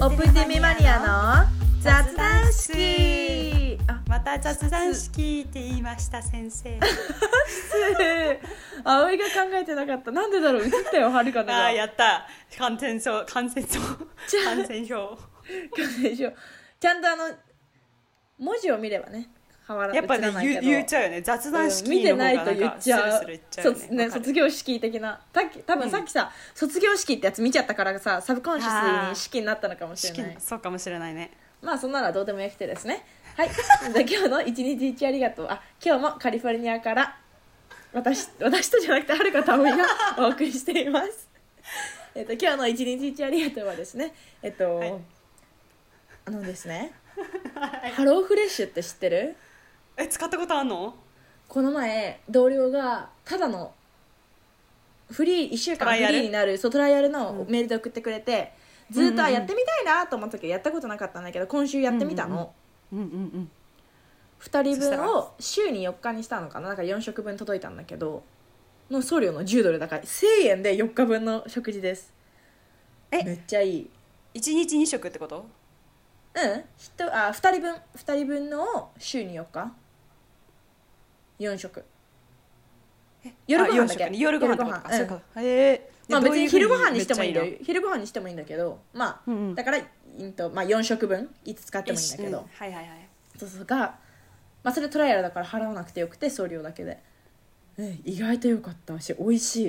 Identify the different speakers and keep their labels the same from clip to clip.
Speaker 1: オプティミマニアの雑談式
Speaker 2: 式
Speaker 1: あ
Speaker 2: また雑談式って言いました先生
Speaker 1: 葵が考えてなかったなんでだろう映ったよはるか
Speaker 2: ああ
Speaker 1: な
Speaker 2: やった感染症感染症
Speaker 1: じゃあ
Speaker 2: 感染 症
Speaker 1: でしょちゃんとあの文字を見ればね変わら
Speaker 2: やっぱね
Speaker 1: 映らない
Speaker 2: 言う
Speaker 1: けど
Speaker 2: 言っちゃうよね雑談式
Speaker 1: うん見て
Speaker 2: の方
Speaker 1: ない
Speaker 2: が
Speaker 1: と言
Speaker 2: なん
Speaker 1: っ
Speaker 2: か
Speaker 1: ち
Speaker 2: スル
Speaker 1: ゃ
Speaker 2: ス
Speaker 1: う
Speaker 2: ルいっちゃうよ
Speaker 1: 卒ね
Speaker 2: わかる
Speaker 1: 卒業式的なたっき多分さっきさ、卒業式ってやつ見ちゃったからさサブコンシャスに式になったのかもしれない
Speaker 2: 式そうかもしれないね
Speaker 1: まあそんなのはどうでもよくてですねはい じゃあ今日の「一日一ありがとう」あ今日もカリフォルニアから私私とじゃなくてはるかたおい がお送りしていますえっと今日の「一日一ありがとう」はですねえっと、
Speaker 2: はい
Speaker 1: あのですねハローフレッシュって知ってる
Speaker 2: え使ったことあんの
Speaker 1: この前同僚がただのフリー1週
Speaker 2: ト
Speaker 1: 間
Speaker 2: ラ
Speaker 1: フ
Speaker 2: イア
Speaker 1: リ
Speaker 2: ル
Speaker 1: ーになるそうトライアルの
Speaker 2: うん
Speaker 1: メールで送ってくれて、ずっと
Speaker 2: う
Speaker 1: あ
Speaker 2: んうん
Speaker 1: やってみたいなと思ったけどやったことなかったんだけど今週やってみた
Speaker 2: うん
Speaker 1: の、
Speaker 2: うんうん
Speaker 1: 2人
Speaker 2: そした
Speaker 1: 分
Speaker 2: ら
Speaker 1: を週に4日にしたのかななんか4食分届いたんだけどの送料の10ドル高い1000円で4日分の食事です
Speaker 2: え
Speaker 1: めっちゃいい
Speaker 2: 一日二食ってこと
Speaker 1: うんひとあ2人分2人分のを週に4日4食夜ご
Speaker 2: あ
Speaker 1: 飯
Speaker 2: 四
Speaker 1: だ
Speaker 2: 食
Speaker 1: け
Speaker 2: ね夜ご飯ってことか
Speaker 1: 夜
Speaker 2: そう
Speaker 1: ご飯うん
Speaker 2: かへえ
Speaker 1: まあ別に昼ご飯にしてもいいんだ
Speaker 2: よ
Speaker 1: よ昼ご飯にしてもいいんだけどまあ、
Speaker 2: うんうん
Speaker 1: だから、うんとまあ、4食分いつ使ってもいいんだけど、
Speaker 2: はいはいはい
Speaker 1: そうそうが、まあ、それトライアルだから払わなくてよくて送料だけで、うん意外とよかったし美味しい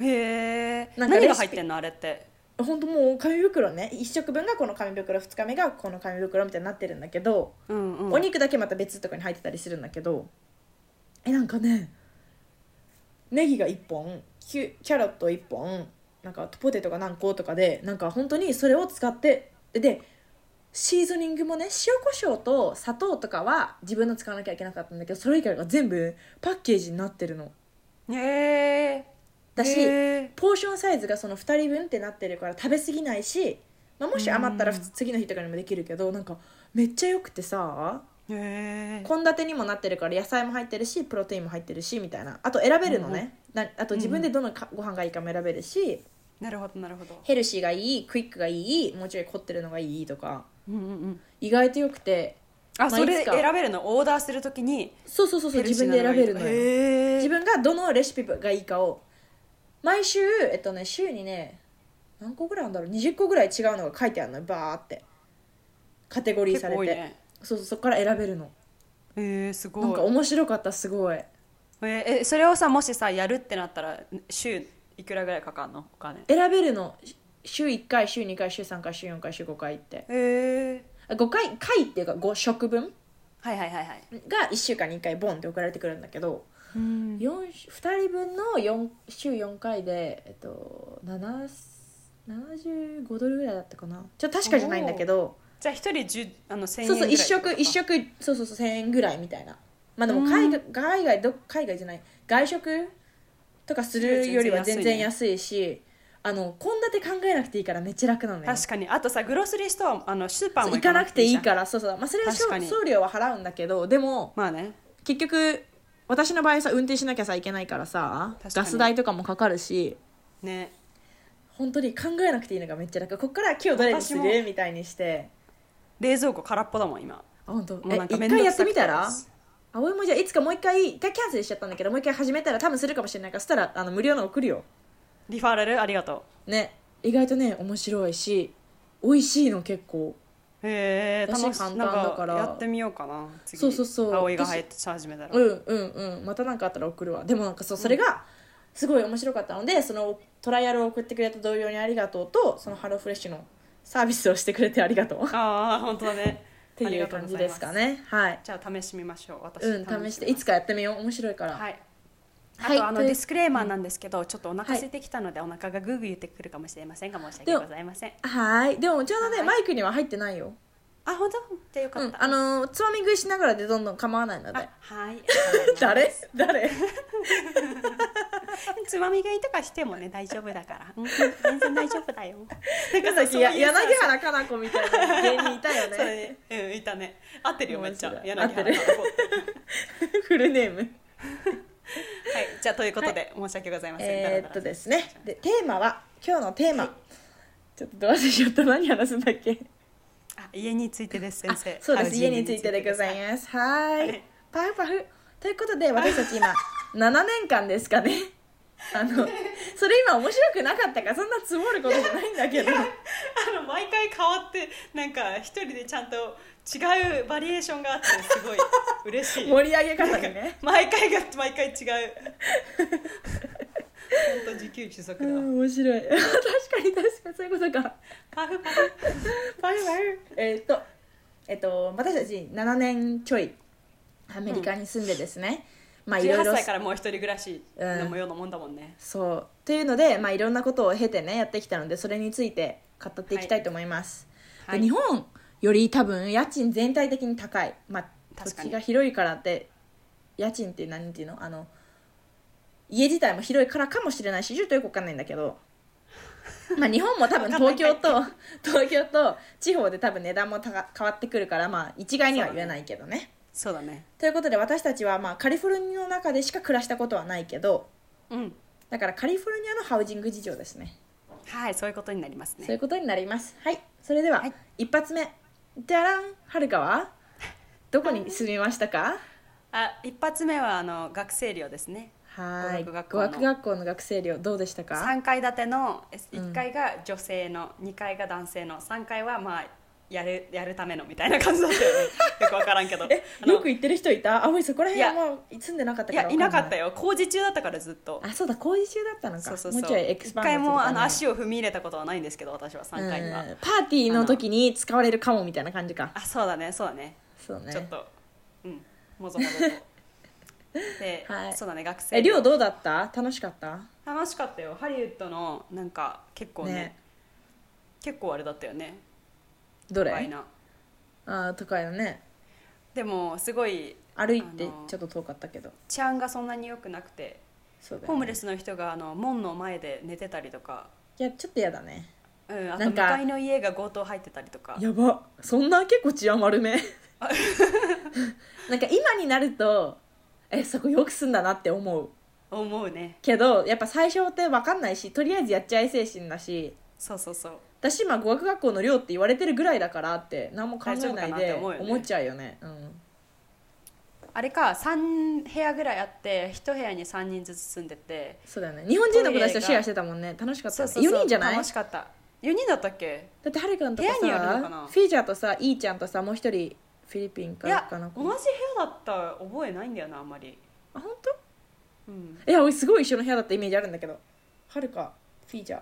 Speaker 2: へえ
Speaker 1: なんか
Speaker 2: 何
Speaker 1: レシピ
Speaker 2: が入ってんのあれって
Speaker 1: 本当もう紙袋ね1食分がこの紙袋2日目がこの紙袋みたいになってるんだけど、
Speaker 2: うんうん
Speaker 1: お肉だけまた別とかに入ってたりするんだけどえなんかねネギが1本キュキャロット1本なんかポテトが何個とかでなんか本当にそれを使ってでシーズニングもね塩コショウと砂糖とかは自分の使わなきゃいけなかったんだけどそれ以外が全部パッケージになってるの
Speaker 2: へえ
Speaker 1: だし
Speaker 2: へ
Speaker 1: ポーションサイズがその2人分ってなってるから食べ過ぎないし、まあ、もし余ったら普通次の日とかにもできるけどなんかめっちゃよくてさ
Speaker 2: えへえ
Speaker 1: 献立にもなってるから野菜も入ってるしプロテインも入ってるしみたいなあと選べるのね、なあと自分でどのかご飯がいいかも選べるし
Speaker 2: なるほどなるほど
Speaker 1: ヘルシーがいいクイックがいいもうちょい凝ってるのがいいとか
Speaker 2: うんうんうん
Speaker 1: 意外とよくてまあ
Speaker 2: あそ
Speaker 1: い
Speaker 2: れ
Speaker 1: つか
Speaker 2: 選べるのオーダーするときに
Speaker 1: そうそうそうそ
Speaker 2: ヘ
Speaker 1: う
Speaker 2: ル
Speaker 1: 自
Speaker 2: シー
Speaker 1: 分
Speaker 2: な
Speaker 1: で
Speaker 2: がいいと
Speaker 1: 選べるのよ
Speaker 2: へ
Speaker 1: 自
Speaker 2: え
Speaker 1: 分がどのレシピがいいかを毎週えっとね週にね何個ぐらいあるんだろう20個ぐらい違うのが書いてあるのよバーってカテゴリー
Speaker 2: 結
Speaker 1: され
Speaker 2: 構多
Speaker 1: て、
Speaker 2: いね
Speaker 1: そうそうそこから選べるの
Speaker 2: へえすご
Speaker 1: なんか
Speaker 2: い
Speaker 1: 面白かったすごい
Speaker 2: えーえそれをさもしさやるってなったら週いくらぐらいかかんのお金
Speaker 1: 選べるのし週1回週2回週3回週4回週5回って
Speaker 2: へえ
Speaker 1: あ5回回っていうか5食分
Speaker 2: はいはいはいはい
Speaker 1: が1週間に1回ボンって送られてくるんだけど
Speaker 2: うん
Speaker 1: 2人分の四週4回で、えっと、7 75ドルぐらいだったかなちょっと確かじゃないんだけど
Speaker 2: じゃあ一人10あの1000円
Speaker 1: そう
Speaker 2: ぐ
Speaker 1: そ
Speaker 2: ら
Speaker 1: う
Speaker 2: い
Speaker 1: 一食一食そうそうそう1000円ぐらいみたいなまあでも海外海外ど海外じゃない外食とかするよりは全然安いしあの献立考えなくていいからめっちゃ楽なのよ
Speaker 2: 確かにあとさグロスリーストアあのスーパー
Speaker 1: そう
Speaker 2: も
Speaker 1: 行かなくていい
Speaker 2: ら
Speaker 1: からそうそう、まあ、それはしょ
Speaker 2: 確かに
Speaker 1: 送料は払うんだけどでも
Speaker 2: まあね
Speaker 1: 結局私の場合さ運転しなきゃさいけないからさ
Speaker 2: 確か
Speaker 1: ガ
Speaker 2: に
Speaker 1: ス代とかもかかるし
Speaker 2: ね
Speaker 1: 本当に考えなくていいのがめっちゃ楽こっから今日どれにす
Speaker 2: 私
Speaker 1: る
Speaker 2: も
Speaker 1: みたいにして
Speaker 2: 冷蔵庫空っぽだもん今
Speaker 1: あ本当
Speaker 2: も
Speaker 1: え
Speaker 2: うなんか
Speaker 1: 一
Speaker 2: 面倒
Speaker 1: 回
Speaker 2: く
Speaker 1: やって
Speaker 2: さ
Speaker 1: み
Speaker 2: く
Speaker 1: た
Speaker 2: てで
Speaker 1: ら
Speaker 2: す
Speaker 1: 葵もじゃあいつかもう一回一回キャンセルしちゃったんだけどもう一回始めたら多分するかもしれないからそしたらあの無料の送るよ
Speaker 2: リファラルありがと
Speaker 1: ね意外とね面白いし美味しいの結構
Speaker 2: うへえ
Speaker 1: 私
Speaker 2: 楽し
Speaker 1: 簡単
Speaker 2: なん
Speaker 1: だから
Speaker 2: やってみようかな次
Speaker 1: そうそうそう
Speaker 2: 葵が入ってし始めたら
Speaker 1: うんうんうんまた何かあったら送るわでもなんかそうそれがすごい面白かったのでそのトライアルを送ってくれた同僚にありがとうとそのハローフレッシュのサービスをしてくれてありがとう っ
Speaker 2: ああ本当だね
Speaker 1: て
Speaker 2: あり
Speaker 1: い
Speaker 2: が
Speaker 1: う
Speaker 2: とうご
Speaker 1: 感
Speaker 2: ざ
Speaker 1: じ
Speaker 2: い
Speaker 1: で
Speaker 2: ます
Speaker 1: かねはい
Speaker 2: じゃあ試してみましょう私
Speaker 1: うん試していつかやってみよう面白いからは
Speaker 2: は
Speaker 1: い、
Speaker 2: いあとあの
Speaker 1: という
Speaker 2: ディスクレーマーなんですけどちょっとお腹
Speaker 1: はい
Speaker 2: 空いてきたのでお腹がグーグー言ってくるかもしれませんが申し
Speaker 1: で
Speaker 2: 訳
Speaker 1: も
Speaker 2: ございません
Speaker 1: はいでもちょうどね、
Speaker 2: はい
Speaker 1: マイクには入ってないよ
Speaker 2: あ本当じゃあよか
Speaker 1: う
Speaker 2: っ
Speaker 1: ん
Speaker 2: た
Speaker 1: あのーつまみ食いしながらでどんどん構わないので
Speaker 2: あはい
Speaker 1: 誰 誰
Speaker 2: つまみ食いとかしてもね大丈夫だからうん全然大丈夫だよなん
Speaker 1: なんだっけや柳
Speaker 2: そういうさ
Speaker 1: 原かな子みたいな芸人いたよ
Speaker 2: そ うだ
Speaker 1: ね
Speaker 2: ねうんいたね合ってるよめっちゃ
Speaker 1: 面白い
Speaker 2: 柳原
Speaker 1: 合ってる フルネーム
Speaker 2: はいじゃあということで申し訳ございません
Speaker 1: えーっとですねでテーマは今日のテーマ、ちょっとどうしようと何話すんだっけ
Speaker 2: あ家についてです先生
Speaker 1: あそうで
Speaker 2: ハウ
Speaker 1: す
Speaker 2: ジ
Speaker 1: 家
Speaker 2: ー
Speaker 1: についてでございますはーい
Speaker 2: はい
Speaker 1: パフパフということで私たち 今7年間ですかねあのそれ今面白くなかったからそんな積もることじゃないんだけど
Speaker 2: あの毎回変わってなんか一人でちゃんと違うバリエーションがあってす ごい嬉しい
Speaker 1: 盛り上げ方がね
Speaker 2: 毎回が毎 回違う本当自給自足だ、
Speaker 1: うん面白い 確かに確かにそういうことか
Speaker 2: パフパフ
Speaker 1: バイバイえーっとえっと私たち7年ちょいアメリカに住んでですね、まあいろい
Speaker 2: 18
Speaker 1: ろ
Speaker 2: 歳からもう一人暮らしのもようなもんだもんね、
Speaker 1: そうというのでまあいろんなことを経てねやってきたのでそれについて語っていきたいと思います、
Speaker 2: はい
Speaker 1: で日本より多分家賃全体的に高いまあ土
Speaker 2: 確か
Speaker 1: 地
Speaker 2: に
Speaker 1: が広いからって家賃って何ていうのあの家自体も広いからかもしれないしちょっとよくわかんないんだけどまあ日本も多分
Speaker 2: わかんな
Speaker 1: 東
Speaker 2: い
Speaker 1: 京と 東京と地方で多分値段もたが変わってくるからまあ一概には言えないけどね
Speaker 2: そうだね
Speaker 1: ということで私たちはまあカリフォルニアの中でしか暮らしたことはないけど
Speaker 2: うん
Speaker 1: だからカリフォルニアのハウジング事情ですね
Speaker 2: はいそういうことになります
Speaker 1: そうい
Speaker 2: ね
Speaker 1: うことになりますはいそれでは、
Speaker 2: はい
Speaker 1: 一発目じゃらんはる かはどこに住みましたか
Speaker 2: あ一発目はあの学生寮ですね
Speaker 1: はい語
Speaker 2: 語
Speaker 1: 学
Speaker 2: 学学校の
Speaker 1: 学校の学生寮どうでしたか
Speaker 2: 3階建ての
Speaker 1: うん
Speaker 2: 1階が女性の、2階が男性の3階はまあやるやるためのみたいな感じだったよ ねよく分からんけど
Speaker 1: え
Speaker 2: あの
Speaker 1: よく行ってる人いたあおいそこら辺はい
Speaker 2: や
Speaker 1: もう住んでなかった
Speaker 2: い
Speaker 1: から
Speaker 2: やいなかった
Speaker 1: よ
Speaker 2: よ工事中だったからずっと
Speaker 1: あそうだ工事中だったのか
Speaker 2: そうそう
Speaker 1: も
Speaker 2: そう
Speaker 1: ちょいエクス
Speaker 2: 一
Speaker 1: パンドす
Speaker 2: 回
Speaker 1: ると
Speaker 2: も
Speaker 1: か
Speaker 2: あ
Speaker 1: ね
Speaker 2: の足を踏み入れたことはないんですけど私は3階には
Speaker 1: うんパーティーの時に使われるかもみたいな感じか
Speaker 2: あそうだねそうだね
Speaker 1: そうね
Speaker 2: ちょっとうんもぞもぞと で、
Speaker 1: はい
Speaker 2: そうだね学生
Speaker 1: え寮どうだった楽しかった
Speaker 2: 楽しかったよハリウッドのなんか結構ね
Speaker 1: ね
Speaker 2: 結構あれだったよね
Speaker 1: ど
Speaker 2: 都会
Speaker 1: れ
Speaker 2: な
Speaker 1: あ都会のね
Speaker 2: でもすごい
Speaker 1: 歩いて
Speaker 2: あの
Speaker 1: ちょっと遠かったけど
Speaker 2: 治安がそんなに良くなくて
Speaker 1: そうだよね
Speaker 2: ホームレスの人があの門の前で寝てたりとか、
Speaker 1: いやちょっと嫌だね
Speaker 2: うん、あ
Speaker 1: な
Speaker 2: と向
Speaker 1: んか
Speaker 2: かいの家が強盗入ってたりとか
Speaker 1: やばそんな結構治安悪め なんか今になるとえそこよくすんだなって思う
Speaker 2: 思うね
Speaker 1: けどやっぱ最初って分かんないしとりあえずやっちゃえ精神だし
Speaker 2: そうそうそう
Speaker 1: 私今語学学校の寮って言われてるぐらいだからって何も考え
Speaker 2: 大丈夫
Speaker 1: な
Speaker 2: か
Speaker 1: い
Speaker 2: なって
Speaker 1: で
Speaker 2: 思うよね
Speaker 1: 思っちゃうよねうん
Speaker 2: あれか3部屋ぐらいあって1部屋に3人ずつ住んでて
Speaker 1: そうだよね日本人の子たちとシェアしてたもんね楽しかったね4人じゃない
Speaker 2: 楽しかった4人だったっけ
Speaker 1: だってはるくんとか
Speaker 2: 部屋によるのか
Speaker 1: さ
Speaker 2: な
Speaker 1: フィーチャーとさイーちゃんとさもう一人フィリピン
Speaker 2: い
Speaker 1: から
Speaker 2: や同
Speaker 1: か
Speaker 2: じ
Speaker 1: な
Speaker 2: 部屋だった覚えないんだよなあんまり、
Speaker 1: あ本当
Speaker 2: うん、
Speaker 1: いや俺すごい一緒の部屋だったイメージあるんだけどはるかフィーチャー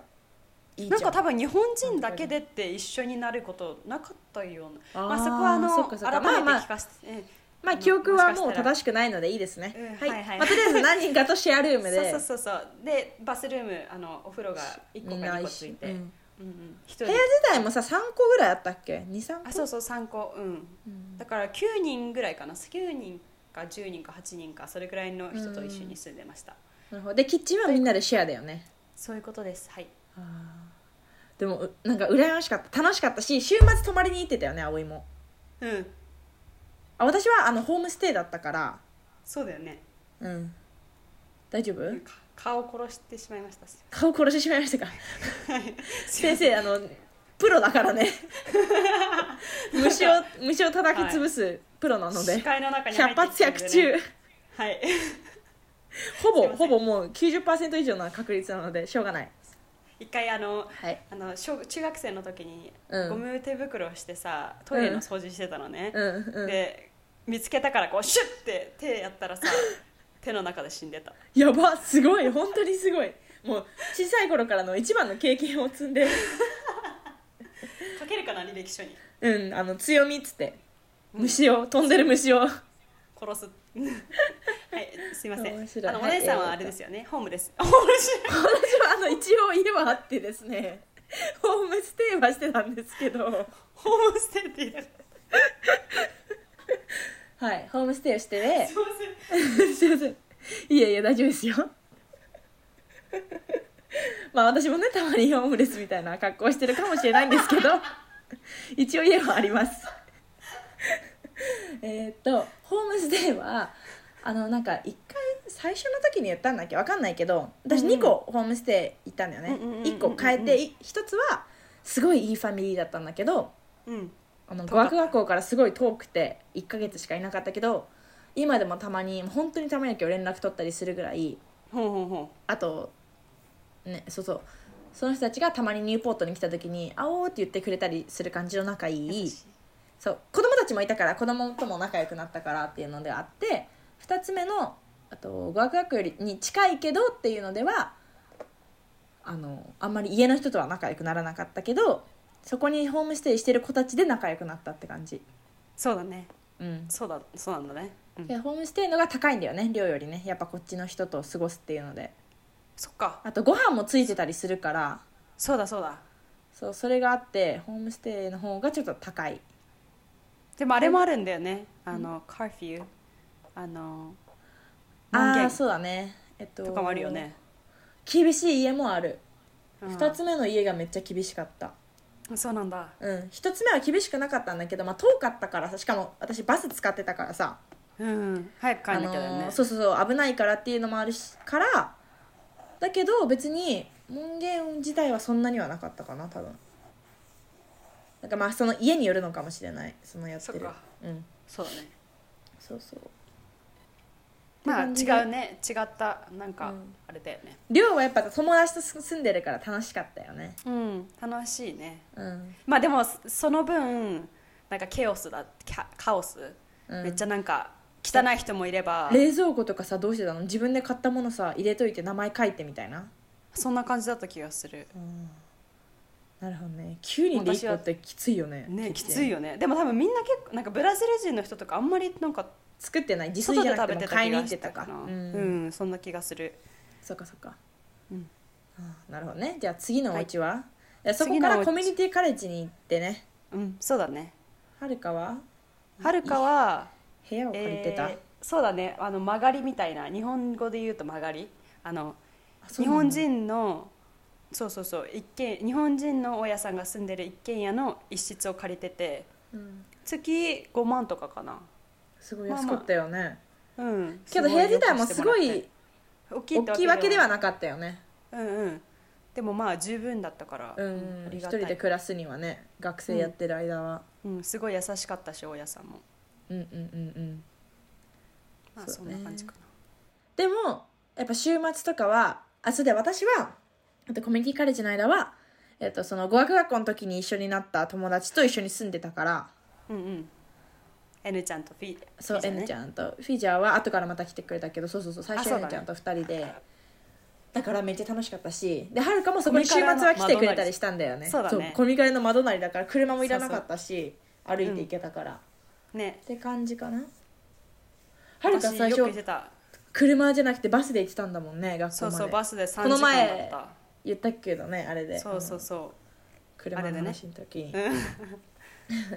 Speaker 1: いい
Speaker 2: なん
Speaker 1: じ
Speaker 2: か
Speaker 1: ゃん
Speaker 2: 多分日本人だけでって一緒になることなかったような
Speaker 1: あー
Speaker 2: まあ、そこはあの
Speaker 1: そっかそっ
Speaker 2: 改
Speaker 1: か
Speaker 2: めて
Speaker 1: まあまあ
Speaker 2: 聞かせて、うん
Speaker 1: まあ
Speaker 2: うん
Speaker 1: 記憶はもう
Speaker 2: もしかしたら
Speaker 1: 正しくないのでいいですね
Speaker 2: うん。
Speaker 1: は
Speaker 2: はい
Speaker 1: い
Speaker 2: はい
Speaker 1: まあとりあえず何人かとシェアルームで
Speaker 2: そうそうそうそうでバスルームあのお風呂が1
Speaker 1: み
Speaker 2: 個
Speaker 1: ん
Speaker 2: か
Speaker 1: な
Speaker 2: 2個
Speaker 1: 一
Speaker 2: つ
Speaker 1: 緒
Speaker 2: い
Speaker 1: に
Speaker 2: て、うんうん、一人
Speaker 1: 部屋自体もさ3個ぐらいあったっけ23個
Speaker 2: あそうそう3個うん
Speaker 1: うん
Speaker 2: だから9人ぐらいかな9人か10人か8人かそれくらいの人と一緒に住んでました、
Speaker 1: なるほどでキッチンはみんなでシェアだよね
Speaker 2: そういうことですはい
Speaker 1: でもうなんか羨ましかった楽しかったし週末泊まりに行ってたよね葵も
Speaker 2: うん
Speaker 1: あ私はあのホームステイだったから
Speaker 2: そうだよね
Speaker 1: うん大丈夫
Speaker 2: か顔を殺してしまいました
Speaker 1: 顔殺してしまいましたか先生あのプロだか らね虫を虫を叩き潰すプロなので、
Speaker 2: 視界の中に入
Speaker 1: 100
Speaker 2: ってき
Speaker 1: 発
Speaker 2: たのでね
Speaker 1: 100中
Speaker 2: はい
Speaker 1: ほぼ
Speaker 2: すいませ
Speaker 1: ほ
Speaker 2: ん
Speaker 1: ぼもう90%以上の確率なのでしょうがない
Speaker 2: 一回あの
Speaker 1: はい
Speaker 2: あの小中学生の時に
Speaker 1: うん
Speaker 2: ゴム手袋をしてさトイレの掃除してたのね、
Speaker 1: うんうん
Speaker 2: で見つけたからこうシュッて手や ったらさ手の中で死んでた
Speaker 1: やばすごい本当にすごいもう小さい頃からの一番の経験を積んで
Speaker 2: 書けるかな履歴書に
Speaker 1: うんあの強みっつって虫を飛んでる虫を
Speaker 2: 殺 すはいすいませ
Speaker 1: 面
Speaker 2: ん
Speaker 1: 白い
Speaker 2: あのお
Speaker 1: はい
Speaker 2: 姉さん
Speaker 1: ええ
Speaker 2: はあれですよねホームレス ホームレス
Speaker 1: 私はあの一応家はあってですねホームステイはしてたんですけど
Speaker 2: ホームステイって言いながら
Speaker 1: はいホームステイをしてね
Speaker 2: すいません
Speaker 1: すいませんいやいや大丈夫 ですよまあ私もねたまにホームレスみたいな格好してるかもしれないんですけ ど一応家はありますえーっとホームステイはあのなんか1回最初の時に言ったんだっけわかんないけど私
Speaker 2: うん
Speaker 1: 2個ホームステイ行ったんだよね
Speaker 2: うんうんうんうんうん
Speaker 1: 1個変えて1つはすごいいいファミリーだったんだけど
Speaker 2: うん
Speaker 1: あの
Speaker 2: 遠
Speaker 1: 語
Speaker 2: かった
Speaker 1: 学学校からすごい遠くて1ヶ月しかいなかったけど今でもたまに本当にたまにだけど連絡取ったりするぐらい
Speaker 2: ほうほうほ
Speaker 1: あとねそうそうその人たちがたまにニューポートに来た時に「あおー」って言ってくれたりする感じの仲いうい
Speaker 2: 優し
Speaker 1: そう子供たちもいたから子供とも仲良くなったからっていうのであって2つ目のあと語学学校よりに近いけどっていうのではあのあんまり家の人とは仲良くならなかったけどそこにホームステイしてる子たちで仲良くなったって感じ。
Speaker 2: そうだね
Speaker 1: うん、
Speaker 2: そうだそうなんだね、うん
Speaker 1: でホームステイのが高いんだよね寮よりねやっぱこっちの人と過ごすっていうので
Speaker 2: そっか
Speaker 1: あとご飯もついてたりするから
Speaker 2: そうだそうだ
Speaker 1: そうそれがあってホームステイの方がちょっと高い
Speaker 2: でもあれもあるんだよねあの、カーフィーあの何
Speaker 1: ああ
Speaker 2: 件
Speaker 1: ーそうだねえっと
Speaker 2: とかもあるよね、
Speaker 1: 厳しい家もある
Speaker 2: うん
Speaker 1: 2つ目の家がめっちゃ厳しかった
Speaker 2: そうなんだ
Speaker 1: うん1つ目は厳しくなかったんだけど、まあ、遠かったからさしかも私バス使ってたからさ、
Speaker 2: うん早く帰
Speaker 1: あ
Speaker 2: んな
Speaker 1: の
Speaker 2: きゃだよね、
Speaker 1: ーそうそうそう危ないからっていうのもあるしからだけど別に門限自体はそんなにはなかったかな多分なんかまあその家によるのかもしれないそのやって
Speaker 2: そっ
Speaker 1: る
Speaker 2: か
Speaker 1: うん
Speaker 2: そうだね
Speaker 1: そうそう
Speaker 2: まあ
Speaker 1: って感じで
Speaker 2: 違うね違ったなんか
Speaker 1: うん
Speaker 2: あれだよね
Speaker 1: 寮はやっぱ友達と住んでるから楽しかったよね
Speaker 2: うん楽しいね
Speaker 1: うん、
Speaker 2: まあでもそその分なんかケオスだキャカオス、
Speaker 1: うん、
Speaker 2: めっちゃなんか汚い人もいれば
Speaker 1: 冷蔵庫とかさどうしてたの自分で買ったものさ入れといて名前書いてみたいな
Speaker 2: そんな感じだった気がする
Speaker 1: なるほどね9人で1個ってきついよね
Speaker 2: ねきついよねでも多分みんな結構なんかブラジル人の人とかあんまりなんか
Speaker 1: 作ってない自炊
Speaker 2: 外
Speaker 1: じ
Speaker 2: で
Speaker 1: ゃな
Speaker 2: 食
Speaker 1: く
Speaker 2: べ
Speaker 1: ても
Speaker 2: て
Speaker 1: う買
Speaker 2: た
Speaker 1: い
Speaker 2: 気
Speaker 1: に行
Speaker 2: が
Speaker 1: って
Speaker 2: して
Speaker 1: た
Speaker 2: た
Speaker 1: か
Speaker 2: かな
Speaker 1: う、
Speaker 2: うんん、そんな気がする
Speaker 1: そっかそっか、
Speaker 2: うん
Speaker 1: あーなるほどねじゃあ次のお家は、いやそこ
Speaker 2: 次
Speaker 1: か
Speaker 2: のお
Speaker 1: ら
Speaker 2: 家
Speaker 1: コミュニティカレッジに行ってね
Speaker 2: うんそうだね
Speaker 1: はるかは
Speaker 2: はるかは
Speaker 1: 部屋を借りてた、
Speaker 2: えーそうだねあの曲がりみたいな日本語で言うと曲がりあの
Speaker 1: あそう
Speaker 2: 日
Speaker 1: なん
Speaker 2: 本
Speaker 1: だ
Speaker 2: 人のそうそうそう一軒日本人の大家さんが住んでる一軒家の一室を借りてて
Speaker 1: うん、
Speaker 2: 月5万とかかな
Speaker 1: すごい安かったよね、
Speaker 2: うん
Speaker 1: けど
Speaker 2: すご
Speaker 1: 部
Speaker 2: い
Speaker 1: 屋自体もすご
Speaker 2: よ
Speaker 1: い
Speaker 2: くしてもらって
Speaker 1: 大きいわけでは
Speaker 2: な
Speaker 1: なかったよね
Speaker 2: うんうんでもまあ十分だったから、
Speaker 1: うん
Speaker 2: あり
Speaker 1: 一
Speaker 2: がたい
Speaker 1: 人で暮らすにはね学生やってる間は、
Speaker 2: うん、すごい優しかったし大家さんも
Speaker 1: うん、うんうんうん
Speaker 2: まあ
Speaker 1: そ
Speaker 2: そうう
Speaker 1: ね
Speaker 2: んな感じか
Speaker 1: でもやっぱ週末とかはあそうで私はあとコミュニティカレッジの間は、えっとその語学学校の時に一緒になった友達と一緒に住んでたから
Speaker 2: なうんうん N ちゃんとフィ
Speaker 1: そう、
Speaker 2: フィ
Speaker 1: N
Speaker 2: ね
Speaker 1: ちゃんとフィジャーは後からまた来てくれたけどそうそうそう最初
Speaker 2: あそうだ
Speaker 1: N
Speaker 2: ね
Speaker 1: ちゃんと2人でだ,、からめっちゃ楽しかったしではるかもそこに週末は来てくれたりしたんだよね
Speaker 2: そうだね
Speaker 1: コミカレの窓なりだから車もいらなかったし歩いて行けたから、
Speaker 2: ね
Speaker 1: って感じかなはるか
Speaker 2: 私
Speaker 1: 最
Speaker 2: よく行っ
Speaker 1: 初
Speaker 2: てた
Speaker 1: 車じゃなくてバスで行ってたんだもんね学校まで
Speaker 2: そうそうバスで3
Speaker 1: この
Speaker 2: 時
Speaker 1: 前
Speaker 2: 間だっ
Speaker 1: 言ったけどねあれ
Speaker 2: た
Speaker 1: で
Speaker 2: そうそ
Speaker 1: ん
Speaker 2: うそ
Speaker 1: 車の話の時に、
Speaker 2: う、うん、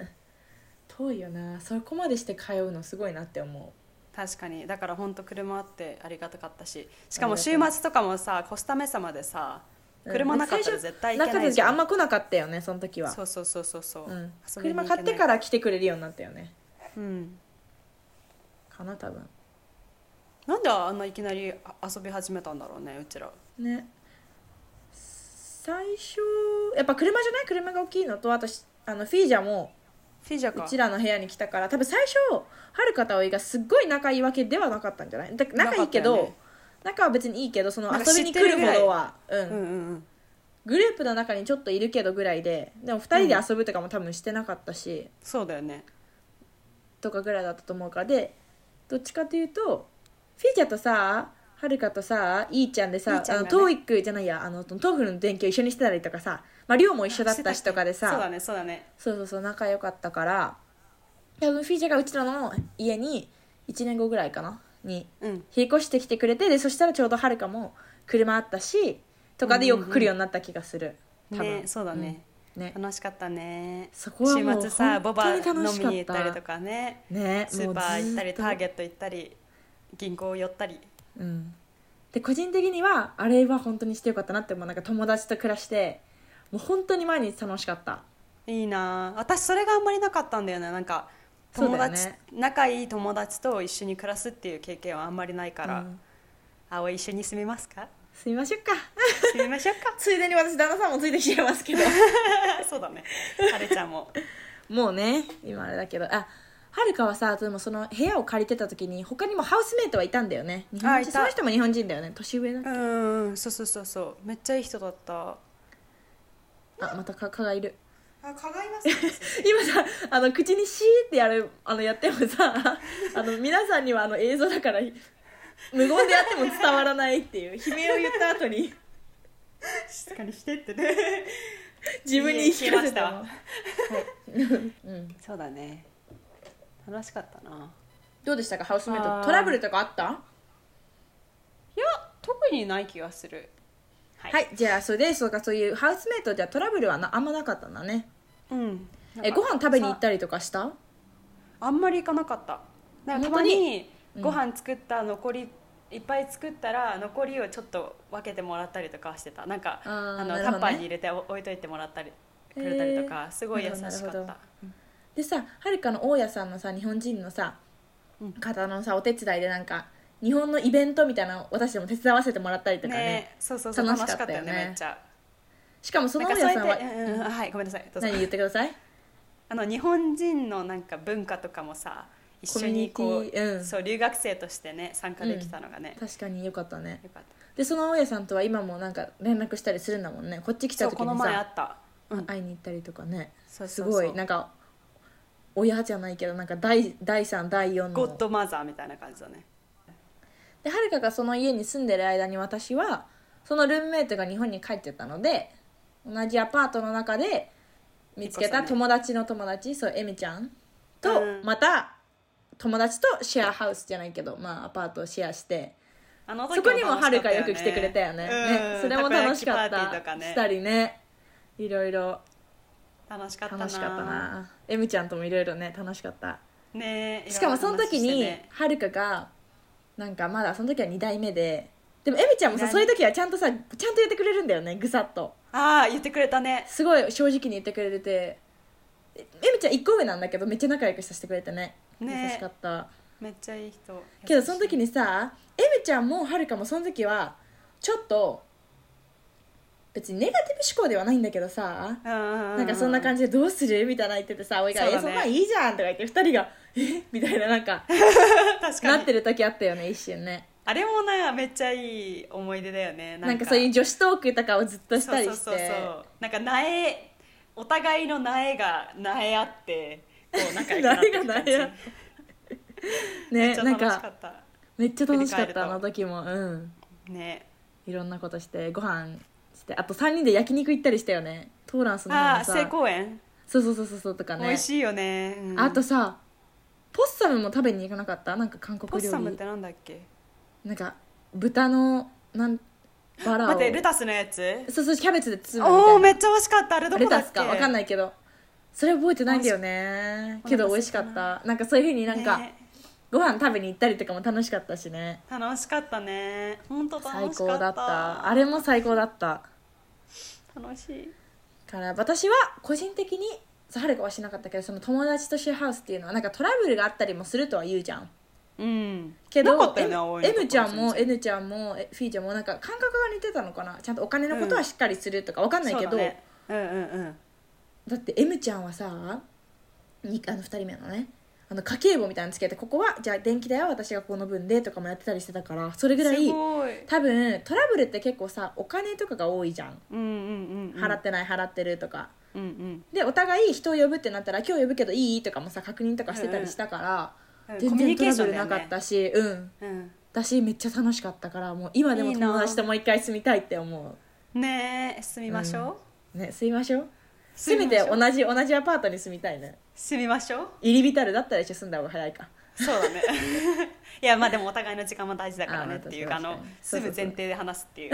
Speaker 1: 遠いよなそこまでして通うのすごいなって 思
Speaker 2: 確かにだから本当車あってありがたかったしし
Speaker 1: あ
Speaker 2: か
Speaker 1: り
Speaker 2: も
Speaker 1: がた
Speaker 2: 週
Speaker 1: い
Speaker 2: 末とかもさコスタメサまでさ
Speaker 1: うん
Speaker 2: 車なかった
Speaker 1: 最
Speaker 2: ら
Speaker 1: 初
Speaker 2: 絶
Speaker 1: う
Speaker 2: 対行
Speaker 1: な
Speaker 2: け
Speaker 1: か
Speaker 2: な
Speaker 1: った
Speaker 2: い
Speaker 1: 時
Speaker 2: じゃ
Speaker 1: あ
Speaker 2: ん
Speaker 1: んま来なかったよねその時は
Speaker 2: そうそうそうそうそう、
Speaker 1: うん、
Speaker 2: 遊びに行けな
Speaker 1: 車
Speaker 2: い
Speaker 1: 買ってから来てくれるようになったよね
Speaker 2: うん
Speaker 1: かな多分
Speaker 2: なんであんないきなりあ遊び始めたんだろうねうちら
Speaker 1: ね最初やっぱ車じゃない車が大きいのとあとしあのフィージャも
Speaker 2: フィジャ
Speaker 1: う
Speaker 2: か
Speaker 1: ちらの部屋に来たから多分最初はるかと葵がすっごい仲いいわけではなかったんじゃないだ仲いいけど、
Speaker 2: なかったよね
Speaker 1: 仲は別にいいけどその
Speaker 2: なん
Speaker 1: 遊
Speaker 2: か
Speaker 1: び
Speaker 2: 知
Speaker 1: に
Speaker 2: って
Speaker 1: 来
Speaker 2: る
Speaker 1: る
Speaker 2: ぐ
Speaker 1: ほ
Speaker 2: らい
Speaker 1: どはうん
Speaker 2: うんうん
Speaker 1: グループの中にちょっといるけどぐらいででも2人で遊ぶとかも多分してなかったし、
Speaker 2: そうだよね
Speaker 1: とかぐらいだったと思うからでどっちかというとフィーチャーとさはるかとさいーちゃんで
Speaker 2: い
Speaker 1: さ
Speaker 2: ーちゃん
Speaker 1: あ
Speaker 2: がね
Speaker 1: のトーイックじゃないやあのトーフルの勉強一緒にしてたりとかさ、まあ、寮も一緒だったしとかでさ
Speaker 2: そうだねそうだね
Speaker 1: そうそうそう仲良かったから多分フィーチャーがうちらの家に1年後ぐらいかなに
Speaker 2: うん
Speaker 1: 引っ越してきてくれてでそしたらちょうどはるかも車あったしとかでよく来るようになった気がする、多
Speaker 2: ね
Speaker 1: 分
Speaker 2: そうだね、
Speaker 1: うんね
Speaker 2: 楽しかったね
Speaker 1: そこはも
Speaker 2: 週
Speaker 1: う
Speaker 2: 末さボ
Speaker 1: 本
Speaker 2: バ
Speaker 1: 当
Speaker 2: 飲
Speaker 1: に楽しかった
Speaker 2: みに行ったりとかね
Speaker 1: ね
Speaker 2: スーパー行ったりター
Speaker 1: ゲ
Speaker 2: ゲット行ったり銀行寄ったり
Speaker 1: うん、で個人的にはあれは本当にしてよかったなって思うなんか友達と暮らしてもう本当に毎日楽しかった
Speaker 2: いいなあ私それがあんまりなかったんだよねなんか
Speaker 1: そう
Speaker 2: 友
Speaker 1: だよね
Speaker 2: 達、仲いい友達と一緒に暮らすっていう経験はあんまりないから
Speaker 1: うん
Speaker 2: 「葵一緒に住みますか?」
Speaker 1: すみましょうか
Speaker 2: みましょう か
Speaker 1: ついでに私旦那さんもついてきてま すけど
Speaker 2: そうだねはるちゃんも
Speaker 1: もうね今あれだけどあはるかはさでもその部屋を借りてた時に他にもハウスメイトはいたんだよね日本
Speaker 2: あい
Speaker 1: 人
Speaker 2: た
Speaker 1: その人も日本人だよね年上だ
Speaker 2: うんそうそうそうそうめっちゃいい人だった
Speaker 1: あまた蚊蚊がいる
Speaker 2: あ蚊がいますね
Speaker 1: 今さあの口にシーってやるあのやっても さあの皆さんにはあの映像だから無言でやっても伝わらないっていう悲鳴を言った後に
Speaker 2: 静かにしてってね
Speaker 1: 自分に言い聞かせたの
Speaker 2: いい
Speaker 1: はいうん、
Speaker 2: そうだね楽しかったな
Speaker 1: どうでしたかハウスメイ
Speaker 2: あ
Speaker 1: ト
Speaker 2: ー
Speaker 1: トラブルとかあったはい、
Speaker 2: や特にない気がするはい
Speaker 1: じゃあそれでそうかそういうハウスメイトじゃあトラブルはなあんまなかったんだね
Speaker 2: うん
Speaker 1: えご飯食べに行ったたりとかした
Speaker 2: あんまり行かなかったなんかた
Speaker 1: 本当
Speaker 2: ま
Speaker 1: に
Speaker 2: に
Speaker 1: うん
Speaker 2: ご飯作った残り、いっぱい作ったら残りをちょっと分けてもらったりとかはしてたなんか
Speaker 1: あー
Speaker 2: あの、
Speaker 1: なるほどね
Speaker 2: タッパーに入れてお置いといてもらったりくれたりとか、すごい優しか
Speaker 1: なるほ
Speaker 2: っ
Speaker 1: どなるほど
Speaker 2: た
Speaker 1: でさはるかの大家さんのさ日本人のさ
Speaker 2: うん
Speaker 1: 方のさお手伝いでなんか日本のイベントみたいなの私でも手伝わせてもらったりと
Speaker 2: ね
Speaker 1: かね
Speaker 2: そうそうそう
Speaker 1: 楽
Speaker 2: 楽
Speaker 1: し
Speaker 2: し
Speaker 1: か
Speaker 2: かっ
Speaker 1: っ
Speaker 2: たたよ
Speaker 1: よね
Speaker 2: ねめっちゃ
Speaker 1: しかもそ
Speaker 2: な
Speaker 1: の
Speaker 2: ん
Speaker 1: 大
Speaker 2: かそう
Speaker 1: 家さん
Speaker 2: や
Speaker 1: は
Speaker 2: って、うんうん、あはいごめんなさいどうぞ
Speaker 1: 何言ってください
Speaker 2: あの日本人のなんか文化とかもさ一緒にこ
Speaker 1: コミュニティ
Speaker 2: う,、
Speaker 1: うん
Speaker 2: そう留学生としてね参加できたのがね、
Speaker 1: 確かによかったね
Speaker 2: よかった
Speaker 1: でその大家さんとは今もなんか連絡したりするんだもんねこっち来た
Speaker 2: そう
Speaker 1: 時
Speaker 2: この
Speaker 1: に
Speaker 2: 前あ
Speaker 1: さ
Speaker 2: った、うん、
Speaker 1: 会いに行ったりとかね
Speaker 2: そう
Speaker 1: す
Speaker 2: そう
Speaker 1: ご
Speaker 2: そう
Speaker 1: いなんか親じゃないけどなんか第第3第4の
Speaker 2: ゴッドマザーみたいな感じだね
Speaker 1: ではるかがその家に住んでる間に私はそのルームメイトが日本に帰ってたので同じアパートの中で見つけた
Speaker 2: いい子さん
Speaker 1: 友達の友達そうエミちゃんと、
Speaker 2: うん
Speaker 1: また友達とシェアハウスじゃないけど、まあ、アパートをシェアして
Speaker 2: あの
Speaker 1: そこにもはるかよく来てくれたよねねそれも楽しか
Speaker 2: こ焼きパー
Speaker 1: った
Speaker 2: ティーとかね
Speaker 1: したりねいろいろ
Speaker 2: 楽しかったな
Speaker 1: 楽しかったなエミちゃんともいろいろね楽しかった
Speaker 2: ねえ
Speaker 1: しかもその時
Speaker 2: いろいろ話して
Speaker 1: に
Speaker 2: ね
Speaker 1: はるかがなんかまだその時は2代目ででもエミちゃんもさ
Speaker 2: 何
Speaker 1: そういう時はちゃんとさちゃんと言ってくれるんだよねぐさっと
Speaker 2: ああ言ってくれたね
Speaker 1: すごい正直に言ってくれててえエミちゃん1個上なんだけどめっちゃ仲良くさせてくれてね
Speaker 2: ね
Speaker 1: 優しかった
Speaker 2: めっちゃいい人
Speaker 1: けどその時
Speaker 2: に
Speaker 1: にさエミちゃんもはるかもその時はちょっと別にネガティブ思考ではないんだけどさ
Speaker 2: な
Speaker 1: なんかそんな感
Speaker 2: じ
Speaker 1: じで「どうする?」みたいな言っててさおいが
Speaker 2: そ
Speaker 1: 「
Speaker 2: う
Speaker 1: え
Speaker 2: だね
Speaker 1: そんなんいいじゃん」とか言って2人が「えみたいななん か
Speaker 2: 確か
Speaker 1: な
Speaker 2: に
Speaker 1: ってる時あったよね一瞬ね
Speaker 2: あれもなめっちゃいい思い出だよね
Speaker 1: なんかそういう
Speaker 2: う
Speaker 1: 女子トークとかをずっとしたりして
Speaker 2: そうそうそうそうなんか苗お互いの苗が苗あってこう仲良くなっていく感じ
Speaker 1: 苗が苗あって
Speaker 2: め
Speaker 1: ね
Speaker 2: っちゃ
Speaker 1: なん
Speaker 2: 楽しか
Speaker 1: か
Speaker 2: った
Speaker 1: めっちゃ楽しかっ
Speaker 2: 振り返
Speaker 1: たあ
Speaker 2: ると
Speaker 1: の時もうん
Speaker 2: ね
Speaker 1: いろんなことしてご飯してあと3人で焼肉行ったりしたよねトーランスの方
Speaker 2: あ
Speaker 1: の
Speaker 2: あ成
Speaker 1: さ
Speaker 2: 功園
Speaker 1: そうそうそうそうそうとか
Speaker 2: 美
Speaker 1: ね
Speaker 2: 味しいよねうん
Speaker 1: あとさポッサムも食べに行かなかったなんか韓国
Speaker 2: ポ
Speaker 1: 料
Speaker 2: ッ
Speaker 1: 理
Speaker 2: サムってなんだっけ
Speaker 1: なんか豚のなんバラを
Speaker 2: 待ってレタスのやつ
Speaker 1: そうそうキャベツで包むみ
Speaker 2: おお
Speaker 1: たいな
Speaker 2: めっちゃ美味しかったあれどこ
Speaker 1: レ
Speaker 2: だ
Speaker 1: タ
Speaker 2: っ
Speaker 1: ス
Speaker 2: け
Speaker 1: かわかん
Speaker 2: い
Speaker 1: ないけどそれ覚えてないんだよね
Speaker 2: お
Speaker 1: け
Speaker 2: 腹空いた
Speaker 1: ど
Speaker 2: な
Speaker 1: 美味しかったなんかそういうふうになんか、ご飯食べに行ったりとかも楽しかったしね
Speaker 2: 楽しかったね本当楽しか
Speaker 1: 最
Speaker 2: った
Speaker 1: 高だったあれも最高だった
Speaker 2: 楽しい
Speaker 1: から私は個人的にはるかはしなかったけどその友達とシェアハウスっていうのはなんかトラブルがあったりもするとは言うじゃん
Speaker 2: うん
Speaker 1: けど
Speaker 2: なかったよね葵のとこ
Speaker 1: M,
Speaker 2: ろ
Speaker 1: M ちゃんも
Speaker 2: 全
Speaker 1: N ちゃんもえフィーちゃんもなんか感覚が似てたのかなちゃんとお金のことはしっかりするとかわかんないけど、
Speaker 2: そうだねうんうんうん
Speaker 1: だって M ちゃんはさにあの2人目のねあの家計簿みたいなのつけてここはじゃあ電気代は私がこの分でとかもやってたりしてたからそれぐらい
Speaker 2: すごい
Speaker 1: 多分トラブルって結構さお金とかが多いじゃん
Speaker 2: うんうんうんうん
Speaker 1: 払ってない払ってるとか、
Speaker 2: うんうん
Speaker 1: でお互い人を呼ぶってなったら今日呼ぶけどいいとかもさ確認とかしてたりしたから、
Speaker 2: うん
Speaker 1: 全
Speaker 2: コミュ
Speaker 1: 然
Speaker 2: ニケ
Speaker 1: ト
Speaker 2: ー
Speaker 1: ラ
Speaker 2: シ
Speaker 1: ブ
Speaker 2: ョン
Speaker 1: ル
Speaker 2: だよ
Speaker 1: な
Speaker 2: ね
Speaker 1: かったし、うん
Speaker 2: うん
Speaker 1: 私めっちゃ楽しかったからもう今でも
Speaker 2: いいな
Speaker 1: 友達ともう一回住みたいって思
Speaker 2: ねえ住みましょう、
Speaker 1: うね住みましょうせ
Speaker 2: 住み
Speaker 1: め
Speaker 2: ましてょう
Speaker 1: 同じ同じアパートに住みたいね
Speaker 2: 住みましょう
Speaker 1: 入り浸るだったら一緒に住んだ方が早いか
Speaker 2: そうだね いやまあでもお互いの時間も大事だからね
Speaker 1: あ
Speaker 2: っ
Speaker 1: ー
Speaker 2: ていう
Speaker 1: まあ
Speaker 2: あ
Speaker 1: 確かに
Speaker 2: の
Speaker 1: そう
Speaker 2: 住
Speaker 1: そうそう
Speaker 2: む前提で話すっていう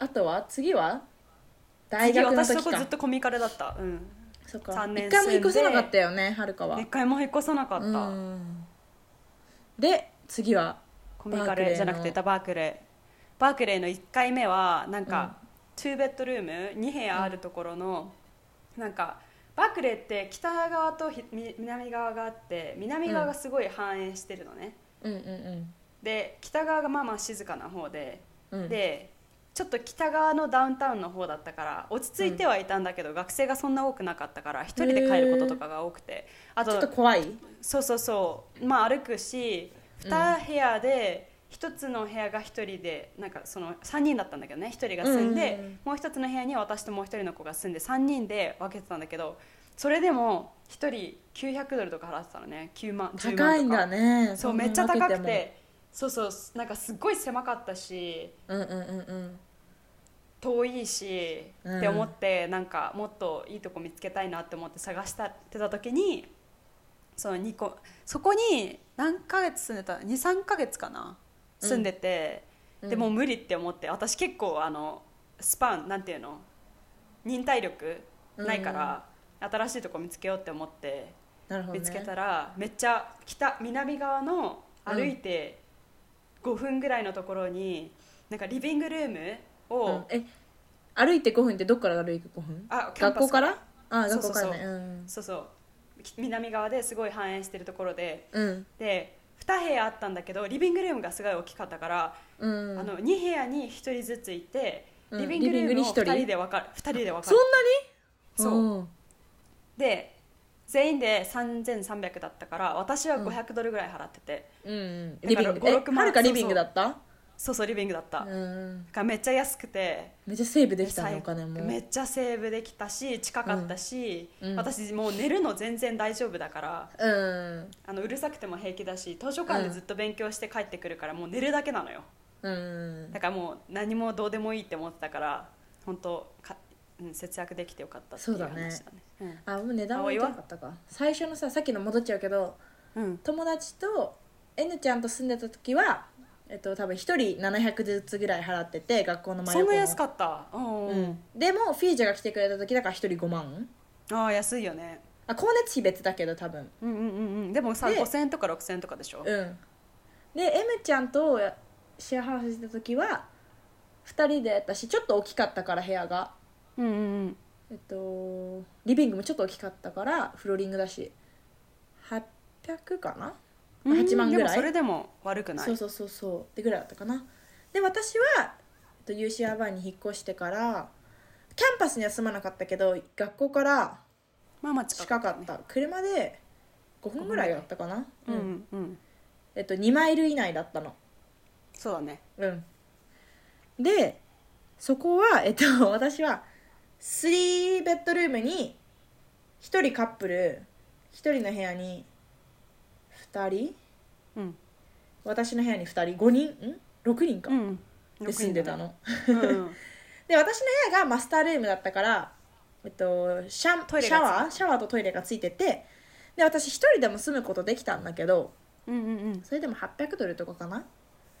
Speaker 1: あとは次は大
Speaker 2: 次
Speaker 1: 学の
Speaker 2: 私
Speaker 1: 時
Speaker 2: そこず
Speaker 1: か
Speaker 2: っとコミカルだったうん
Speaker 1: そっか
Speaker 2: 三
Speaker 1: 一
Speaker 2: 年
Speaker 1: 回も
Speaker 2: 住んで
Speaker 1: 引っ越せなかったよねはるかは
Speaker 2: 一回も引っ越さなかった、
Speaker 1: うんで次は
Speaker 2: コミカルじゃなくてダバークレーバークレーの1回目はなんか、2ベッドルーム2部屋あるところの、なんかバークレーって北側とひみ南側があって南側がすごい繁栄してるのね、
Speaker 1: うんうんうん
Speaker 2: で北側がまあまあ静かな方で、
Speaker 1: うん、
Speaker 2: でちょっと北側のダウンタウンの方だったから落ち着いてはいたんだけど、学生がそんな多くなかったから一人で帰ることとかが多くてあ
Speaker 1: ちょっと
Speaker 2: と
Speaker 1: 怖い
Speaker 2: そうそうそうまあ歩くし2部屋で1つの部屋が1人でなんかその3人だったんだけどね1人が住んで、
Speaker 1: うんうんうん
Speaker 2: もう1つの部屋に私ともう1人の子が住んで3人で分けてたんだけどそれでも1人900ドルとか払ってたのね9万10万とか
Speaker 1: 高いんだね
Speaker 2: そうめっちゃ高くてそうそうなんかすっごい狭かったし
Speaker 1: うんうんうんうん
Speaker 2: 遠いし、
Speaker 1: うん
Speaker 2: って思ってなんかもっといいとこ見つけたいなって思って探したってた時にその2個そこに何ヶ月住んでた23ヶ月かな
Speaker 1: うん
Speaker 2: 住んでて、
Speaker 1: うん
Speaker 2: でもう無理って思って私結構あのスパンなんていうの忍耐力ないから、新しいとこ見つけようって思って
Speaker 1: なるほど、ね、
Speaker 2: 見つけたら、めっちゃ北南側の歩いて5分ぐらいのところに、なんかリビングルームを、
Speaker 1: うんえ歩いて5分ってどっから歩いて5分
Speaker 2: あキャン
Speaker 1: 学
Speaker 2: パ
Speaker 1: 校
Speaker 2: スか
Speaker 1: かららあ
Speaker 2: そう
Speaker 1: 学
Speaker 2: そう
Speaker 1: 校か
Speaker 2: そう
Speaker 1: らねうん
Speaker 2: そうそうき南側ですごい繁栄してるところで
Speaker 1: うん
Speaker 2: で2部屋あったんだけどリビングルームがすごい大きかったから、
Speaker 1: うん
Speaker 2: あの2部屋に1人ずついて
Speaker 1: うん
Speaker 2: リビングル
Speaker 1: リビング
Speaker 2: ーム
Speaker 1: に
Speaker 2: を
Speaker 1: 一人
Speaker 2: 2人で分かる2人で分か
Speaker 1: そん
Speaker 2: るそう
Speaker 1: なにう
Speaker 2: で全員で3300だったから私は500ドルぐらい払ってて、
Speaker 1: うんうん
Speaker 2: だ
Speaker 1: リ
Speaker 2: か
Speaker 1: ビ
Speaker 2: ら
Speaker 1: ングえ
Speaker 2: 5 6万
Speaker 1: はるかリビングだった
Speaker 2: そうそうリビングだった、
Speaker 1: う
Speaker 2: だ
Speaker 1: ん
Speaker 2: からめっちゃ安くて
Speaker 1: めっちゃセーブできたね
Speaker 2: 最
Speaker 1: お金も
Speaker 2: めっちゃセーブできたし近かったし、
Speaker 1: うんうん
Speaker 2: 私もう寝るの全然大丈夫だから
Speaker 1: うん
Speaker 2: あのうるさくても平気だし図書館でずっと勉強して帰ってくるからもう寝るだけなのよ
Speaker 1: うん
Speaker 2: だからもう何もどうでもいいって思ってたから本当か、うん、節約できてよかったっていう話だね
Speaker 1: そうあもう値段
Speaker 2: あ
Speaker 1: は
Speaker 2: おい
Speaker 1: 言
Speaker 2: は
Speaker 1: わなかったか最初のささっきの戻っちゃうけど
Speaker 2: うん、うん
Speaker 1: 友達と N ちゃんと住んでた時はえっと多分一人700ずつぐらい払ってて学校の前
Speaker 2: そんな安か
Speaker 1: っ
Speaker 2: ったうんう
Speaker 1: た
Speaker 2: ん、
Speaker 1: うんでもフィージャが来てくれた時だから一人5万
Speaker 2: ああ安いよね
Speaker 1: あ光熱費別だけど多分
Speaker 2: うんうんうんうんでもさ
Speaker 1: で
Speaker 2: 5000円とか6000円とかでしょ、
Speaker 1: うんで M ちゃんとやシェアハウスした時は2人でやったしちょっと大きかったから部屋が
Speaker 2: うん、うんうん
Speaker 1: えっとリビングもちょっと大きかったからフローリングだし800かな
Speaker 2: うん
Speaker 1: 8万ぐら
Speaker 2: でも
Speaker 1: い
Speaker 2: それでも悪くない
Speaker 1: そうそうそうそうでぐらいだったかなで私はえっと UC アバンに引っ越してからキャンパスには住まなかったけど学校から
Speaker 2: まあまあ近
Speaker 1: 近かった車で5分ぐらいだったかな、
Speaker 2: う
Speaker 1: うん
Speaker 2: うんんうん
Speaker 1: えっと、2マイル以内だったの
Speaker 2: そうだね
Speaker 1: うんでそこはえっと 私は3ベッドルームに1人カップル1人の部屋に2人
Speaker 2: うん
Speaker 1: 私の部屋に2人5人ん6人か、
Speaker 2: うん
Speaker 1: で住んでたの
Speaker 2: うんうん
Speaker 1: で私の部屋がマスタールームだったから、えっと、シャン
Speaker 2: トイレ
Speaker 1: シ
Speaker 2: が
Speaker 1: ャワーシャワーとトイレがついててで私一人でも住むことできたんだけど
Speaker 2: うんうん
Speaker 1: それでも800ドルとかかな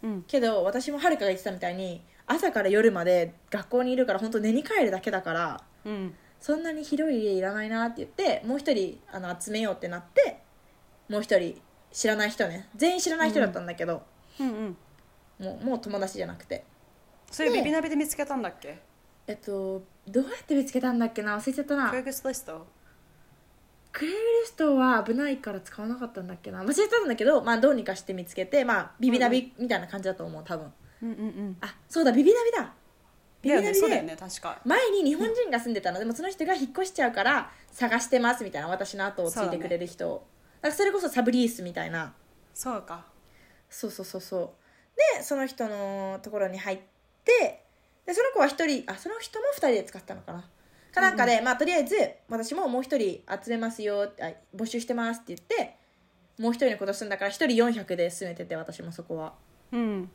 Speaker 2: うん
Speaker 1: けど私もはるかが言ってたみたいに朝から夜まで学校にいるから本当寝に帰るだけだから
Speaker 2: うん
Speaker 1: そんなに広い家いらないなって言ってもう一人あの集めようってなってもう一人知らない人ね全員知らない人だったんだけど、
Speaker 2: うんうん
Speaker 1: もうもう友達じゃなくて
Speaker 2: それ
Speaker 1: で
Speaker 2: ビビナビで見つけたんだっけ
Speaker 1: えっとどうやって見つけたんだっけな忘れちゃったな
Speaker 2: クレグスリスト
Speaker 1: クレイグリストは危ないから使わなかったんだっけな忘れてたんだけど、まあ、どうにかして見つけて、まあ、ビビナビみたいな感じだと思う多分
Speaker 2: うんうんうん
Speaker 1: あそうだビビナビだビ
Speaker 2: だよ
Speaker 1: ビナ
Speaker 2: ね
Speaker 1: ビ
Speaker 2: そうだよ
Speaker 1: で
Speaker 2: ね確か
Speaker 1: 前に日本人が住んでたのでもその人が引っ越しちゃうから探してますみたいな私の後をついてくれる人をだからそれこそサブリースみたいな
Speaker 2: そうか
Speaker 1: そうそうそうそうでその人のところに入ってでその子は一人あその人も二人で使ってたのかなかなんかで、まあとりあえず私ももう一人集めますよあ募集してますって言ってもう一人の子と住んだから一人400で住めてて私もそこは
Speaker 2: うん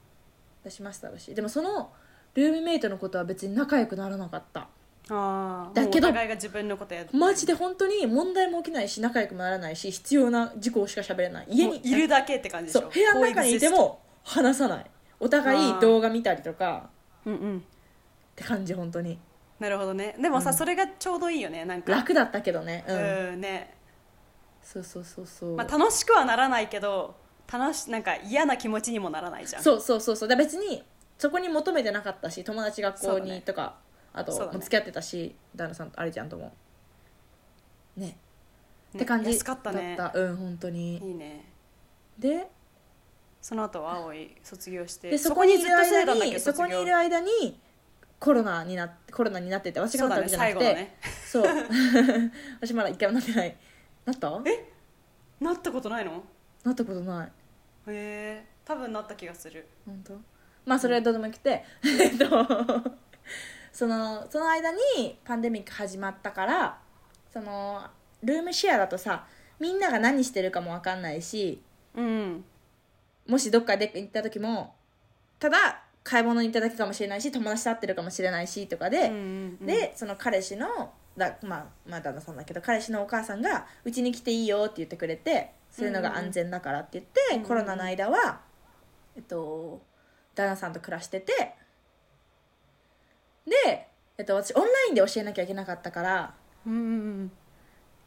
Speaker 1: 出しましただしでもそのルームメイトのことは別に仲良くならなかった
Speaker 2: ああ
Speaker 1: だけど
Speaker 2: お互いが自分のことやって
Speaker 1: マジで本当に問題も起きないし仲良くもならないし必要な事項しか喋れない家
Speaker 2: も
Speaker 1: に
Speaker 2: ういるだけって感じで
Speaker 1: そ
Speaker 2: しょ
Speaker 1: う部屋の中にいても話さないお互
Speaker 2: あー
Speaker 1: い動画見たりとか
Speaker 2: うんうん
Speaker 1: って感じ本当に
Speaker 2: なるほどねでもさ、
Speaker 1: うん
Speaker 2: それがちょうどいいよねなんか
Speaker 1: 楽だったけどねうん、
Speaker 2: うんね、
Speaker 1: そうそうそうそう、
Speaker 2: まあ、楽しくはならないけど楽しなんか嫌な気持ちにもならないじゃん
Speaker 1: そうそうそうそうだから別にそこに求めてなかったし友達学
Speaker 2: そ
Speaker 1: 校
Speaker 2: うだね
Speaker 1: にとか、あと
Speaker 2: そうだね
Speaker 1: もう付き合ってたし旦那さんとあれちゃんともね
Speaker 2: ね
Speaker 1: って感じ
Speaker 2: 安かったね
Speaker 1: だったうん本当に
Speaker 2: いいね
Speaker 1: で
Speaker 2: その後は葵卒業して
Speaker 1: でそこにい
Speaker 2: ずっ
Speaker 1: る
Speaker 2: と住んでた
Speaker 1: 間
Speaker 2: んだけ
Speaker 1: に
Speaker 2: ど
Speaker 1: そこにい
Speaker 2: 卒
Speaker 1: る
Speaker 2: 業
Speaker 1: 間にコロナになってコロナになってて私
Speaker 2: そ
Speaker 1: が
Speaker 2: う
Speaker 1: なっ
Speaker 2: だ
Speaker 1: たわけ
Speaker 2: ね
Speaker 1: じゃな
Speaker 2: 最
Speaker 1: く
Speaker 2: 後の
Speaker 1: て、
Speaker 2: ね
Speaker 1: そう 私まだ一回もなってないなった
Speaker 2: えなったことないの
Speaker 1: なったことない
Speaker 2: へえ多分なった気がする
Speaker 1: 本当まあそれはどうでもよくて えっとそのその間にパンデミック始まったからそのルームシェアだとさみんなが何してるかも分かんないし
Speaker 2: うん
Speaker 1: もしどっかで行った時もただ買い物に行っただけかもしれないし友達と会ってるかもしれないしとか
Speaker 2: うんう
Speaker 1: で、
Speaker 2: んうん
Speaker 1: でその彼氏のだ、まあ、まあ旦那さんだけど彼氏のお母さんが「うちに来ていいよ」って言ってくれてそういうのが安全だからって言って、
Speaker 2: うんうん
Speaker 1: コロナの間は、えっと、旦那さんと暮らしててで、えっと、私オンラインで教えなきゃいけなかったから。
Speaker 2: うんうんうん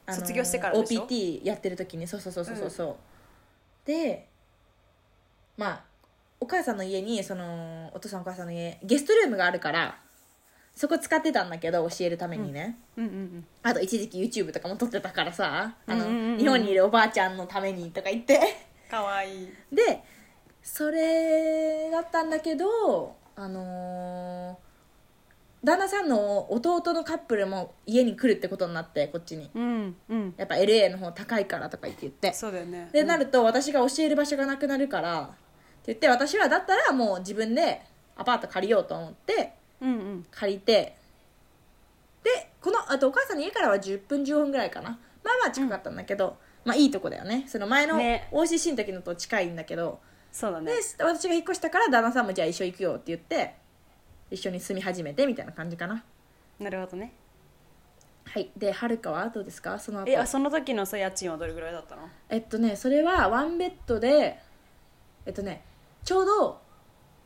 Speaker 1: あの
Speaker 2: 卒業してからでしょ
Speaker 1: OPT やってる時にそうそうそうそうそうそう、でまあお母さんの家にそのお父さんお母さんの家ゲストルームがあるからそこ使ってたんだけど教えるためにね、
Speaker 2: うんうん
Speaker 1: あと一時期 YouTube とかも撮ってたからさあの、
Speaker 2: うんうんうんうん
Speaker 1: 日本にいるおばあちゃんのためにとか言って
Speaker 2: うんかわいい
Speaker 1: でそれだったんだけどあのー旦那さんの弟のカップルも家に来るってことになってこっちに
Speaker 2: うんうん
Speaker 1: やっぱ LA の方高いからとか言って言って
Speaker 2: そうだよね
Speaker 1: でなると私が教える場所がなくなるからって言って私はだったらもう自分でアパート借りようと思って
Speaker 2: うんうん
Speaker 1: 借りてでこのあとお母さんの家からは10分15分ぐらいかなまあまあ近かったんだけど、まあいいとこだよねその前の
Speaker 2: ね
Speaker 1: OCC の時のと近いんだけど、
Speaker 2: そうだね
Speaker 1: で私が引っ越したから旦那さんもじゃあ一緒行くよって言って一緒に住み始めてみたいな感じかな
Speaker 2: なるほどね
Speaker 1: はいではるかはどうですかその後
Speaker 2: えあその時のさ家賃はどれぐらいだったの
Speaker 1: えっとねそれはワンベッドでえっとねちょうど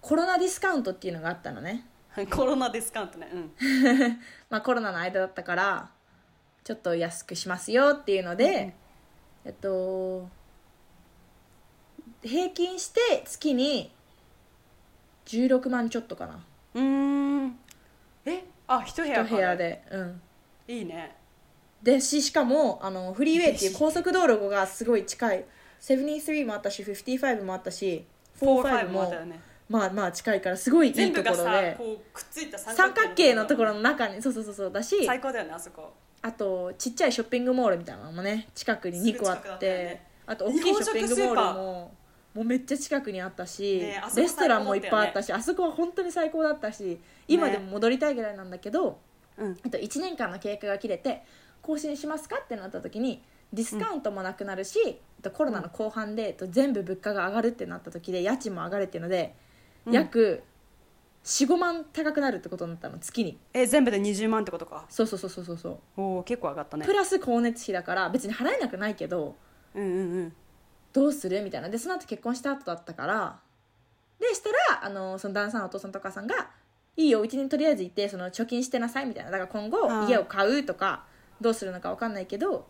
Speaker 1: コロナディスカウントっていうのがあったのね
Speaker 2: コロナディスカウントねうん
Speaker 1: まあコロナの間だったからちょっと安くしますよっていうので、えっと平均して月に16万ちょっとかな
Speaker 2: うーんえあ一部屋
Speaker 1: 一
Speaker 2: か
Speaker 1: 部屋でうん
Speaker 2: いいね
Speaker 1: でししかもあのフリーウェイっていう
Speaker 2: でし
Speaker 1: 高速道路がすごい近い73もあったし55もあったし
Speaker 2: 45
Speaker 1: 45
Speaker 2: もあっ
Speaker 1: も
Speaker 2: たよね
Speaker 1: まあまあ近いからすごいいい
Speaker 2: 全部
Speaker 1: とこ
Speaker 2: が
Speaker 1: ろ
Speaker 2: さ
Speaker 1: で
Speaker 2: こうくっついた三
Speaker 1: 三角形のところ
Speaker 2: の
Speaker 1: の中にそうそうそうそうだし
Speaker 2: 最高だよねあそこ
Speaker 1: あとちっちゃいショッピングモールみたいなのもね近くに2個あ
Speaker 2: すぐ近くだっ
Speaker 1: っ
Speaker 2: た
Speaker 1: て、
Speaker 2: よね
Speaker 1: あと大きいショッピ
Speaker 2: 日本
Speaker 1: ングモール
Speaker 2: 食スーパー
Speaker 1: ももうめっちゃ近くにあったし、
Speaker 2: ねえあそこ
Speaker 1: レストランもいっぱいあったしあそこは本当に最高だったし今
Speaker 2: ね
Speaker 1: でも戻りたいぐらいなんだけど、
Speaker 2: うん
Speaker 1: あと1年間の経過が切れて更新しますかってなった時にディスカウントもなくなるし、あとコロナの後半で、えっと全部物価が上がるってなった時で家賃も上がるっていうので、
Speaker 2: うん
Speaker 1: 約45万高くなるってことになったの月に
Speaker 2: え全部で20万ってことか
Speaker 1: そうそうそうそうそうそう、
Speaker 2: おお結構上がったね
Speaker 1: プラス光熱費だから別に払えなくないけど
Speaker 2: うんうんうん
Speaker 1: どうするみたいなでその後結婚した後だったからでしたらあのその旦那さんお父さんとお母さんが「いいようちにとりあえず行ってその貯金してなさい」みたいなだから今
Speaker 2: は
Speaker 1: 後
Speaker 2: い
Speaker 1: 家を買うとかどうするのか分かんないけど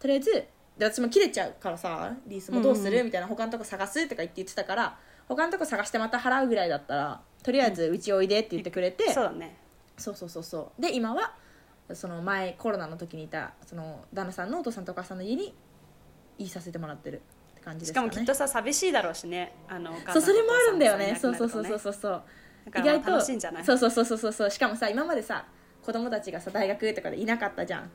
Speaker 1: とりあえずで私も切れちゃうからさリースもどうす
Speaker 2: うんう
Speaker 1: るみたいな他のとこ探すとか言って言ってたから他のとこ探してまた払うぐらいだったらとりあえずうちおいでって言ってくれて、
Speaker 2: そうだね
Speaker 1: そうそうそうそうで今はその前コロナの時にいたその旦那さんのお父さんとお母さんの家にいさせてもらってるって感じで
Speaker 2: し
Speaker 1: す
Speaker 2: か
Speaker 1: かね
Speaker 2: もきっとさ寂しいだろうしねあのお母さ
Speaker 1: そうんそれもあるんだよね
Speaker 2: と
Speaker 1: そ
Speaker 2: お父
Speaker 1: うそ
Speaker 2: さん
Speaker 1: うそうそうそうそう
Speaker 2: だ
Speaker 1: 意
Speaker 2: からま
Speaker 1: 外
Speaker 2: あ
Speaker 1: と
Speaker 2: 楽しいんじゃない
Speaker 1: そうそうそうそうそうそうしかもさ今までさ子供たちがさ大学とかでいなかったじゃん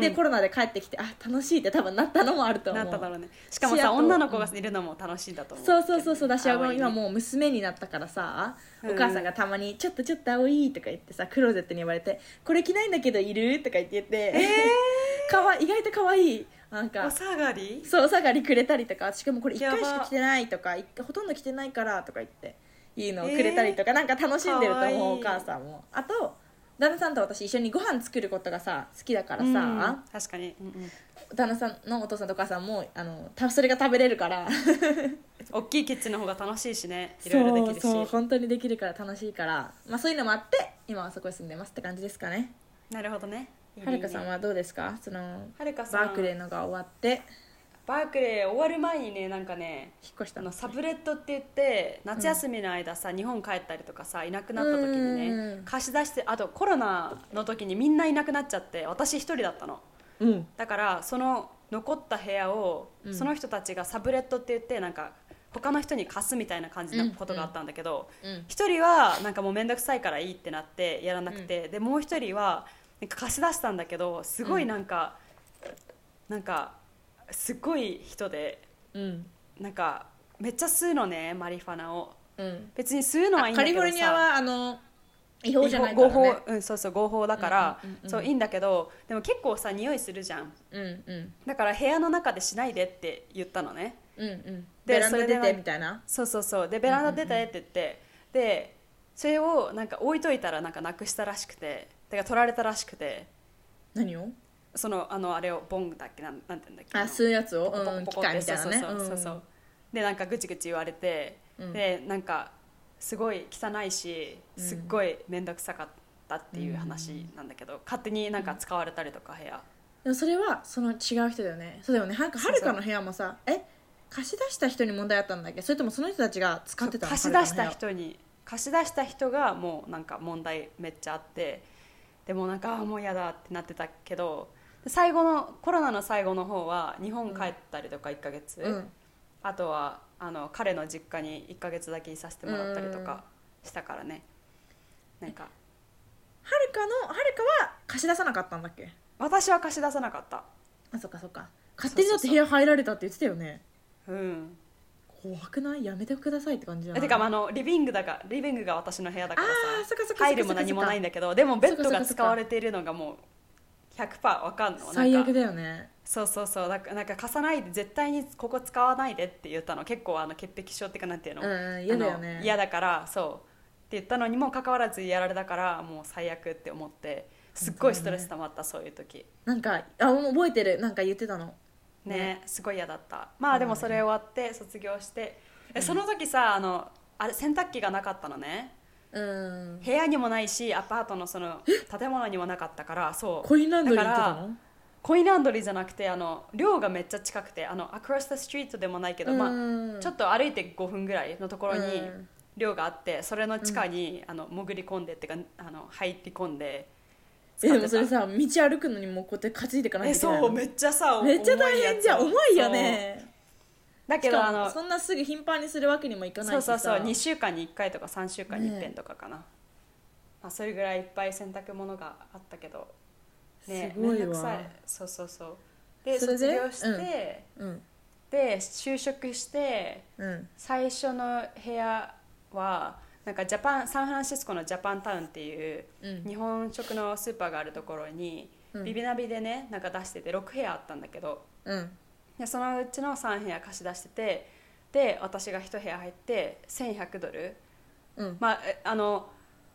Speaker 1: で、
Speaker 2: うん
Speaker 1: コロナで帰ってきてあ楽しいって多分なったのもあると思
Speaker 2: な
Speaker 1: う
Speaker 2: っただろうねしかも
Speaker 1: シア
Speaker 2: さ
Speaker 1: ト
Speaker 2: 女の子がいるのも楽しいんだと思う
Speaker 1: そうそうそうそうだし
Speaker 2: 青いね
Speaker 1: 今もう娘になったからさ、
Speaker 2: うん
Speaker 1: お母さんがたまに「ちょっとちょっと青い」とか言ってさクローゼットに呼ばれて「これ着ないんだけどいる?」とか言って言って、かわ意外と可愛いなん
Speaker 2: お
Speaker 1: か
Speaker 2: 下がり
Speaker 1: そうお下がりくれたりとかしかもこれ1回し
Speaker 2: や
Speaker 1: か
Speaker 2: ば
Speaker 1: 着てないとか一回ほとんど着てないからとか言っていうのをくれたりとか、なんか楽しんでると
Speaker 2: かわ
Speaker 1: 思
Speaker 2: いうい
Speaker 1: お母さんもあと旦那さんと私一緒にご飯作ることがさ好きだから
Speaker 2: うん
Speaker 1: さ、
Speaker 2: 確かに、うんうん、
Speaker 1: 旦那さんのお父さんとお母さんもあのたそれが食べれ るから
Speaker 2: 大きいキッチンの方が楽しいしねいろいろできるし
Speaker 1: そうそう本当にできるから楽しいから、まあ、そういうのもあって今はそこに住んでますって感じですかね
Speaker 2: なるほどね
Speaker 1: はるかさん
Speaker 2: は
Speaker 1: はどうですかその
Speaker 2: はるかさん
Speaker 1: バークレーのが終わって
Speaker 2: バークレー終わる前にねなんかね
Speaker 1: 引っ越し
Speaker 2: あ
Speaker 1: た
Speaker 2: のサブレットって言って夏休みの間さ、日本帰ったりとかさいなくなった時にね
Speaker 1: うん
Speaker 2: 貸し出してあとコロナの時にみんないなくなっちゃって私一人だったの
Speaker 1: うん
Speaker 2: だからその残った部屋を、
Speaker 1: うん
Speaker 2: その人たちがサブレットって言ってなんか他の人に貸すみたいな感じのことがあったんだけど、
Speaker 1: うん
Speaker 2: 一人はなんかもう面倒くさいからいいってなってやらなくて、でもう一人はなんか貸し出したんだけどすごいなんか、なんかすごい人で
Speaker 1: うん
Speaker 2: なんかめっちゃ吸うのねマリファナを
Speaker 1: うん
Speaker 2: 別に吸うのはいいんだ
Speaker 1: カ
Speaker 2: け
Speaker 1: リ
Speaker 2: ど
Speaker 1: フ
Speaker 2: さ
Speaker 1: ォルニアはあの違法じゃないか
Speaker 2: 合
Speaker 1: ら
Speaker 2: 法
Speaker 1: ね
Speaker 2: うんそうそう合法だから、
Speaker 1: うんうんうんうん
Speaker 2: そういいんだけどでも結構さ匂いするじゃん
Speaker 1: うんうん
Speaker 2: だから部屋の中でしないでって言ったのね
Speaker 1: うんうん
Speaker 2: で
Speaker 1: ベラン
Speaker 2: それ
Speaker 1: ダ
Speaker 2: で
Speaker 1: 出てみたいな
Speaker 2: そうそうそうでベランダ出たって言って、でそれをなんか置いといたらなんかなくしたらしくててか取られたらしくて
Speaker 1: 何を
Speaker 2: そのあのあれをボンだっけなんなんて言うんだっけ
Speaker 1: あ吸うやつを
Speaker 2: ポコポコ
Speaker 1: うん
Speaker 2: ポ
Speaker 1: 機
Speaker 2: コっ
Speaker 1: 械
Speaker 2: て
Speaker 1: みたいなね
Speaker 2: そうそうそうそう、
Speaker 1: うん
Speaker 2: でなんかぐちぐち言われて、
Speaker 1: うん
Speaker 2: でなんかすごい汚いしすっごい面倒くさかったっていう話なんだけど、勝手になんか使われたりとか部屋
Speaker 1: でもそれはその違う人だよねそうだよねなんかはるかの部屋もさえ貸し出した人に問題あったんだっけそれともその人たちが使ってたの
Speaker 2: 貸し出した人に貸し出した人がもうなんか問題めっちゃあってでもうなんかあーもうやだってなってたけどで最後のコロナの最後の方は日本帰ったりとか1ヶ月、
Speaker 1: 彼の部屋は
Speaker 2: あとはあの彼の実家に1ヶ月だけいさせてもらったりとかしたからね、なんか
Speaker 1: はるかのはるかは貸し出さなかったんだっけ
Speaker 2: 私は貸し出さなかった
Speaker 1: あそっかそっか勝手にだって部屋入られたって言ってたよね
Speaker 2: うん
Speaker 1: 怖くないやめてくださいって感じじゃな
Speaker 2: え
Speaker 1: い
Speaker 2: てかまああのリビングだがリビングが私の部屋だから
Speaker 1: あーそっかそ
Speaker 2: さ
Speaker 1: っかそっか
Speaker 2: 入るも何もないんだけどでもベッドが使われているのがもう100%わかんのなんか
Speaker 1: 最悪だよね
Speaker 2: そうそうそうだからなんか貸さないで絶対にここ使わないでって言ったの結構あの潔癖症っていうかなんていうの、
Speaker 1: うんうん嫌だよ
Speaker 2: あ
Speaker 1: ね
Speaker 2: の嫌だからそうって言ったのにもかかわらずやられたからもう最悪って思ってすっごいストレス溜まった、そういう時
Speaker 1: なんかあもう覚えてるなんか言ってたの
Speaker 2: ねすごい嫌だったまあでもそれ終わって卒業して、えその時さあのあれ洗濯機がなかったのね
Speaker 1: うん
Speaker 2: 部屋にもないしアパートのその建物にもなかったからそう
Speaker 1: コインランドリー
Speaker 2: だ
Speaker 1: 行
Speaker 2: か
Speaker 1: ってた
Speaker 2: ら
Speaker 1: の
Speaker 2: コインランドリーじゃなくてあの寮がめっちゃ近くてあの across the street でもないけど、ま
Speaker 1: うん
Speaker 2: あ、ちょっと歩いて5分ぐらいのところに
Speaker 1: うん
Speaker 2: 寮があってそれの地下に、あの潜り込んでってかあの入り込んで
Speaker 1: えでもそれさ道歩くのにもうこうやって担いでいかない
Speaker 2: え
Speaker 1: といけない
Speaker 2: そ
Speaker 1: の
Speaker 2: うめっちゃさ
Speaker 1: めっちゃ大変じゃん重
Speaker 2: 重
Speaker 1: い
Speaker 2: いや
Speaker 1: よ
Speaker 2: つ
Speaker 1: ね
Speaker 2: そうだけ
Speaker 1: し
Speaker 2: ど
Speaker 1: か
Speaker 2: あ
Speaker 1: も
Speaker 2: の
Speaker 1: そんなすぐ頻繁にするわけにもいかない
Speaker 2: そう
Speaker 1: し
Speaker 2: そ
Speaker 1: さ
Speaker 2: うそう2週間に1回とか3週間に1
Speaker 1: ね
Speaker 2: 遍とかかな、まあ、それぐらいいっぱい洗濯物があったけどね
Speaker 1: すごいわ
Speaker 2: めんどくさいそうそうそうで
Speaker 1: それで
Speaker 2: 卒業して、
Speaker 1: うんうん
Speaker 2: で就職して
Speaker 1: うん
Speaker 2: 最初の部屋はなんかジャパンサンフランシスコのジャパンタウンっていう
Speaker 1: うん
Speaker 2: 日本食のスーパーがあるところに、
Speaker 1: うん
Speaker 2: ビビナビでねなんか出してて6部屋あったんだけど
Speaker 1: うん
Speaker 2: でそのうちの3部屋貸し出しててで私が1部屋入って1100ドル
Speaker 1: うん
Speaker 2: まあえあの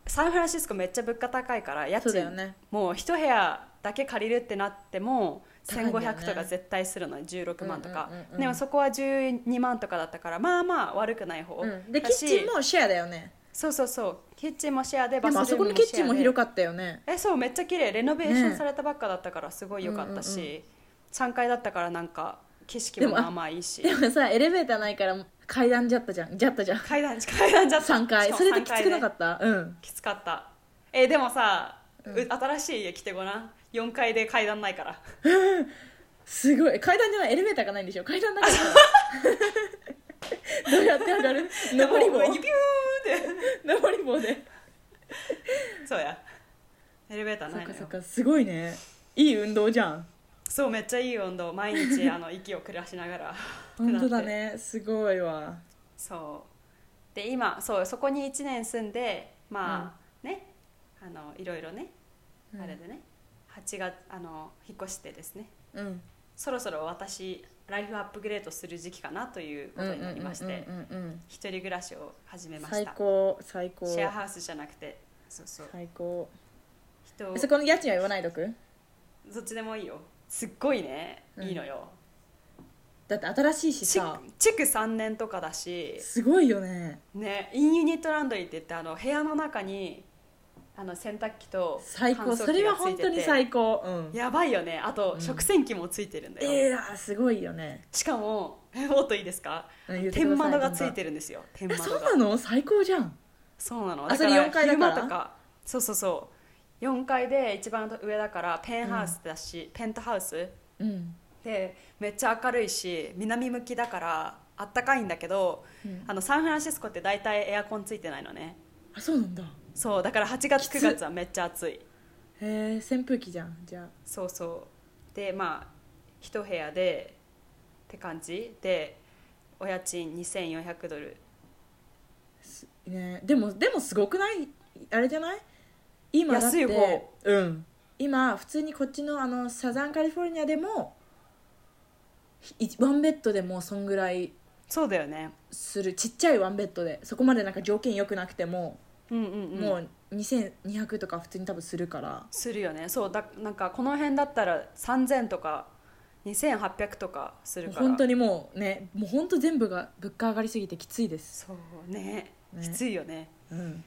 Speaker 2: サンフランシスコめっちゃ物価高いから家
Speaker 1: そうだ
Speaker 2: 賃、
Speaker 1: よね
Speaker 2: もう1部屋だけ借りるってなっても
Speaker 1: 高いんだよね
Speaker 2: 1500とか絶対するの16万とか
Speaker 1: うんうんうんうん
Speaker 2: でもそこは12万とかだったからまあまあ悪くない方、
Speaker 1: うんでキ
Speaker 2: だ
Speaker 1: ッ
Speaker 2: し
Speaker 1: チンもシェアだよね
Speaker 2: そうそうそうキッチンもシェアで
Speaker 1: で
Speaker 2: バス
Speaker 1: も
Speaker 2: ル
Speaker 1: あそ
Speaker 2: ーム
Speaker 1: こ
Speaker 2: もシ
Speaker 1: の
Speaker 2: ェアで
Speaker 1: キッチンも広かったよね
Speaker 2: えそうめっちゃ綺麗レノベーション
Speaker 1: ね
Speaker 2: されたばっかだったからすごい良かったし、
Speaker 1: うんうん
Speaker 2: 3階だったからなんか景色
Speaker 1: で
Speaker 2: も
Speaker 1: もあ
Speaker 2: まあまあいいし
Speaker 1: でもさエレベーターないから階段じゃったじゃんじゃったじゃん
Speaker 2: 階段階段じゃった
Speaker 1: 3階
Speaker 2: しか
Speaker 1: そ
Speaker 2: も
Speaker 1: れできつくなか
Speaker 2: 三階ね
Speaker 1: ったうん
Speaker 2: きつかったえでもさ、う新しい家来てごらん4階で階段ないから
Speaker 1: すごい階段じゃないエレベーターがないんでしょ階段 だからどうやって上がる上 り棒
Speaker 2: 上にビューンっ
Speaker 1: 上り棒で
Speaker 2: てそうやエレベーター
Speaker 1: そ
Speaker 2: な
Speaker 1: っ
Speaker 2: いの
Speaker 1: か
Speaker 2: よ
Speaker 1: そっかすごいねいい運動じゃん
Speaker 2: そうめっちゃいい温度毎 日あの息を暮らしながら
Speaker 1: 本当だねすごいわ
Speaker 2: そうで今そうそこに1年住んでまあ、ねあのいろいろね
Speaker 1: うん
Speaker 2: あれでね8月あの引っ越してですね
Speaker 1: うん
Speaker 2: そろそろ私ライフアップグレードする時期かなということになりまして、
Speaker 1: うんうんうんうんうん
Speaker 2: 一人暮らしを始めまし
Speaker 1: 最
Speaker 2: た
Speaker 1: 高最高
Speaker 2: シェアハウスじゃなくてそうそう
Speaker 1: 最高
Speaker 2: 人を
Speaker 1: そこの家賃は言わないとく
Speaker 2: どっちでもいいよすっごいね、
Speaker 1: うん
Speaker 2: いいのよ
Speaker 1: だって新しいし
Speaker 2: 築
Speaker 1: さ
Speaker 2: 築3年とかだし
Speaker 1: すごいよね
Speaker 2: ねインユニットランドリーって言ってあの部屋の中にあの洗濯機と乾燥
Speaker 1: 最
Speaker 2: 機が
Speaker 1: 高
Speaker 2: ついてて
Speaker 1: それは本当に最高うん
Speaker 2: やばいよねあと、
Speaker 1: うん
Speaker 2: 食洗機もついてるんだよ、
Speaker 1: えー、すごいよね
Speaker 2: しかももっといいですか
Speaker 1: うん言ってく
Speaker 2: 天
Speaker 1: ださい
Speaker 2: 窓がついてるんですよ天
Speaker 1: え
Speaker 2: 窓が
Speaker 1: そうなの最高じゃん
Speaker 2: そうなの
Speaker 1: あそれ4階だから
Speaker 2: 昼間とかそうそうそう4階で一番上だからペンハウスだし、ペントハウス
Speaker 1: うん
Speaker 2: でめっちゃ明るいし南向きだからあったかいんだけど
Speaker 1: うん
Speaker 2: あのサンフランシスコって大体エアコンついてないのね
Speaker 1: あそうなんだ
Speaker 2: そうだから8月
Speaker 1: きつ
Speaker 2: 9月はめっちゃ暑い
Speaker 1: へえ扇風機じゃんじゃあ
Speaker 2: そうそうでまあ一部屋でって感じでお家賃2400ドル
Speaker 1: ねでもでもすごくないあれじゃない今だって
Speaker 2: 安い方
Speaker 1: うん今普通にこっちのあのサザンカリフォルニアでもいワンベッドでもそんぐらい
Speaker 2: そうだよね
Speaker 1: するちっちゃいワンベッドでそこまでなんか条件良くなくても、
Speaker 2: うんうんうん
Speaker 1: もう2200とか普通に多分するから
Speaker 2: するよねそうだなんかこの辺だったら3000とか2800とかする
Speaker 1: もう
Speaker 2: から
Speaker 1: 本当
Speaker 2: に
Speaker 1: にもうねもう本当全部が物価上がりすぎてきついです、
Speaker 2: そうね
Speaker 1: ね
Speaker 2: きついよね
Speaker 1: うん、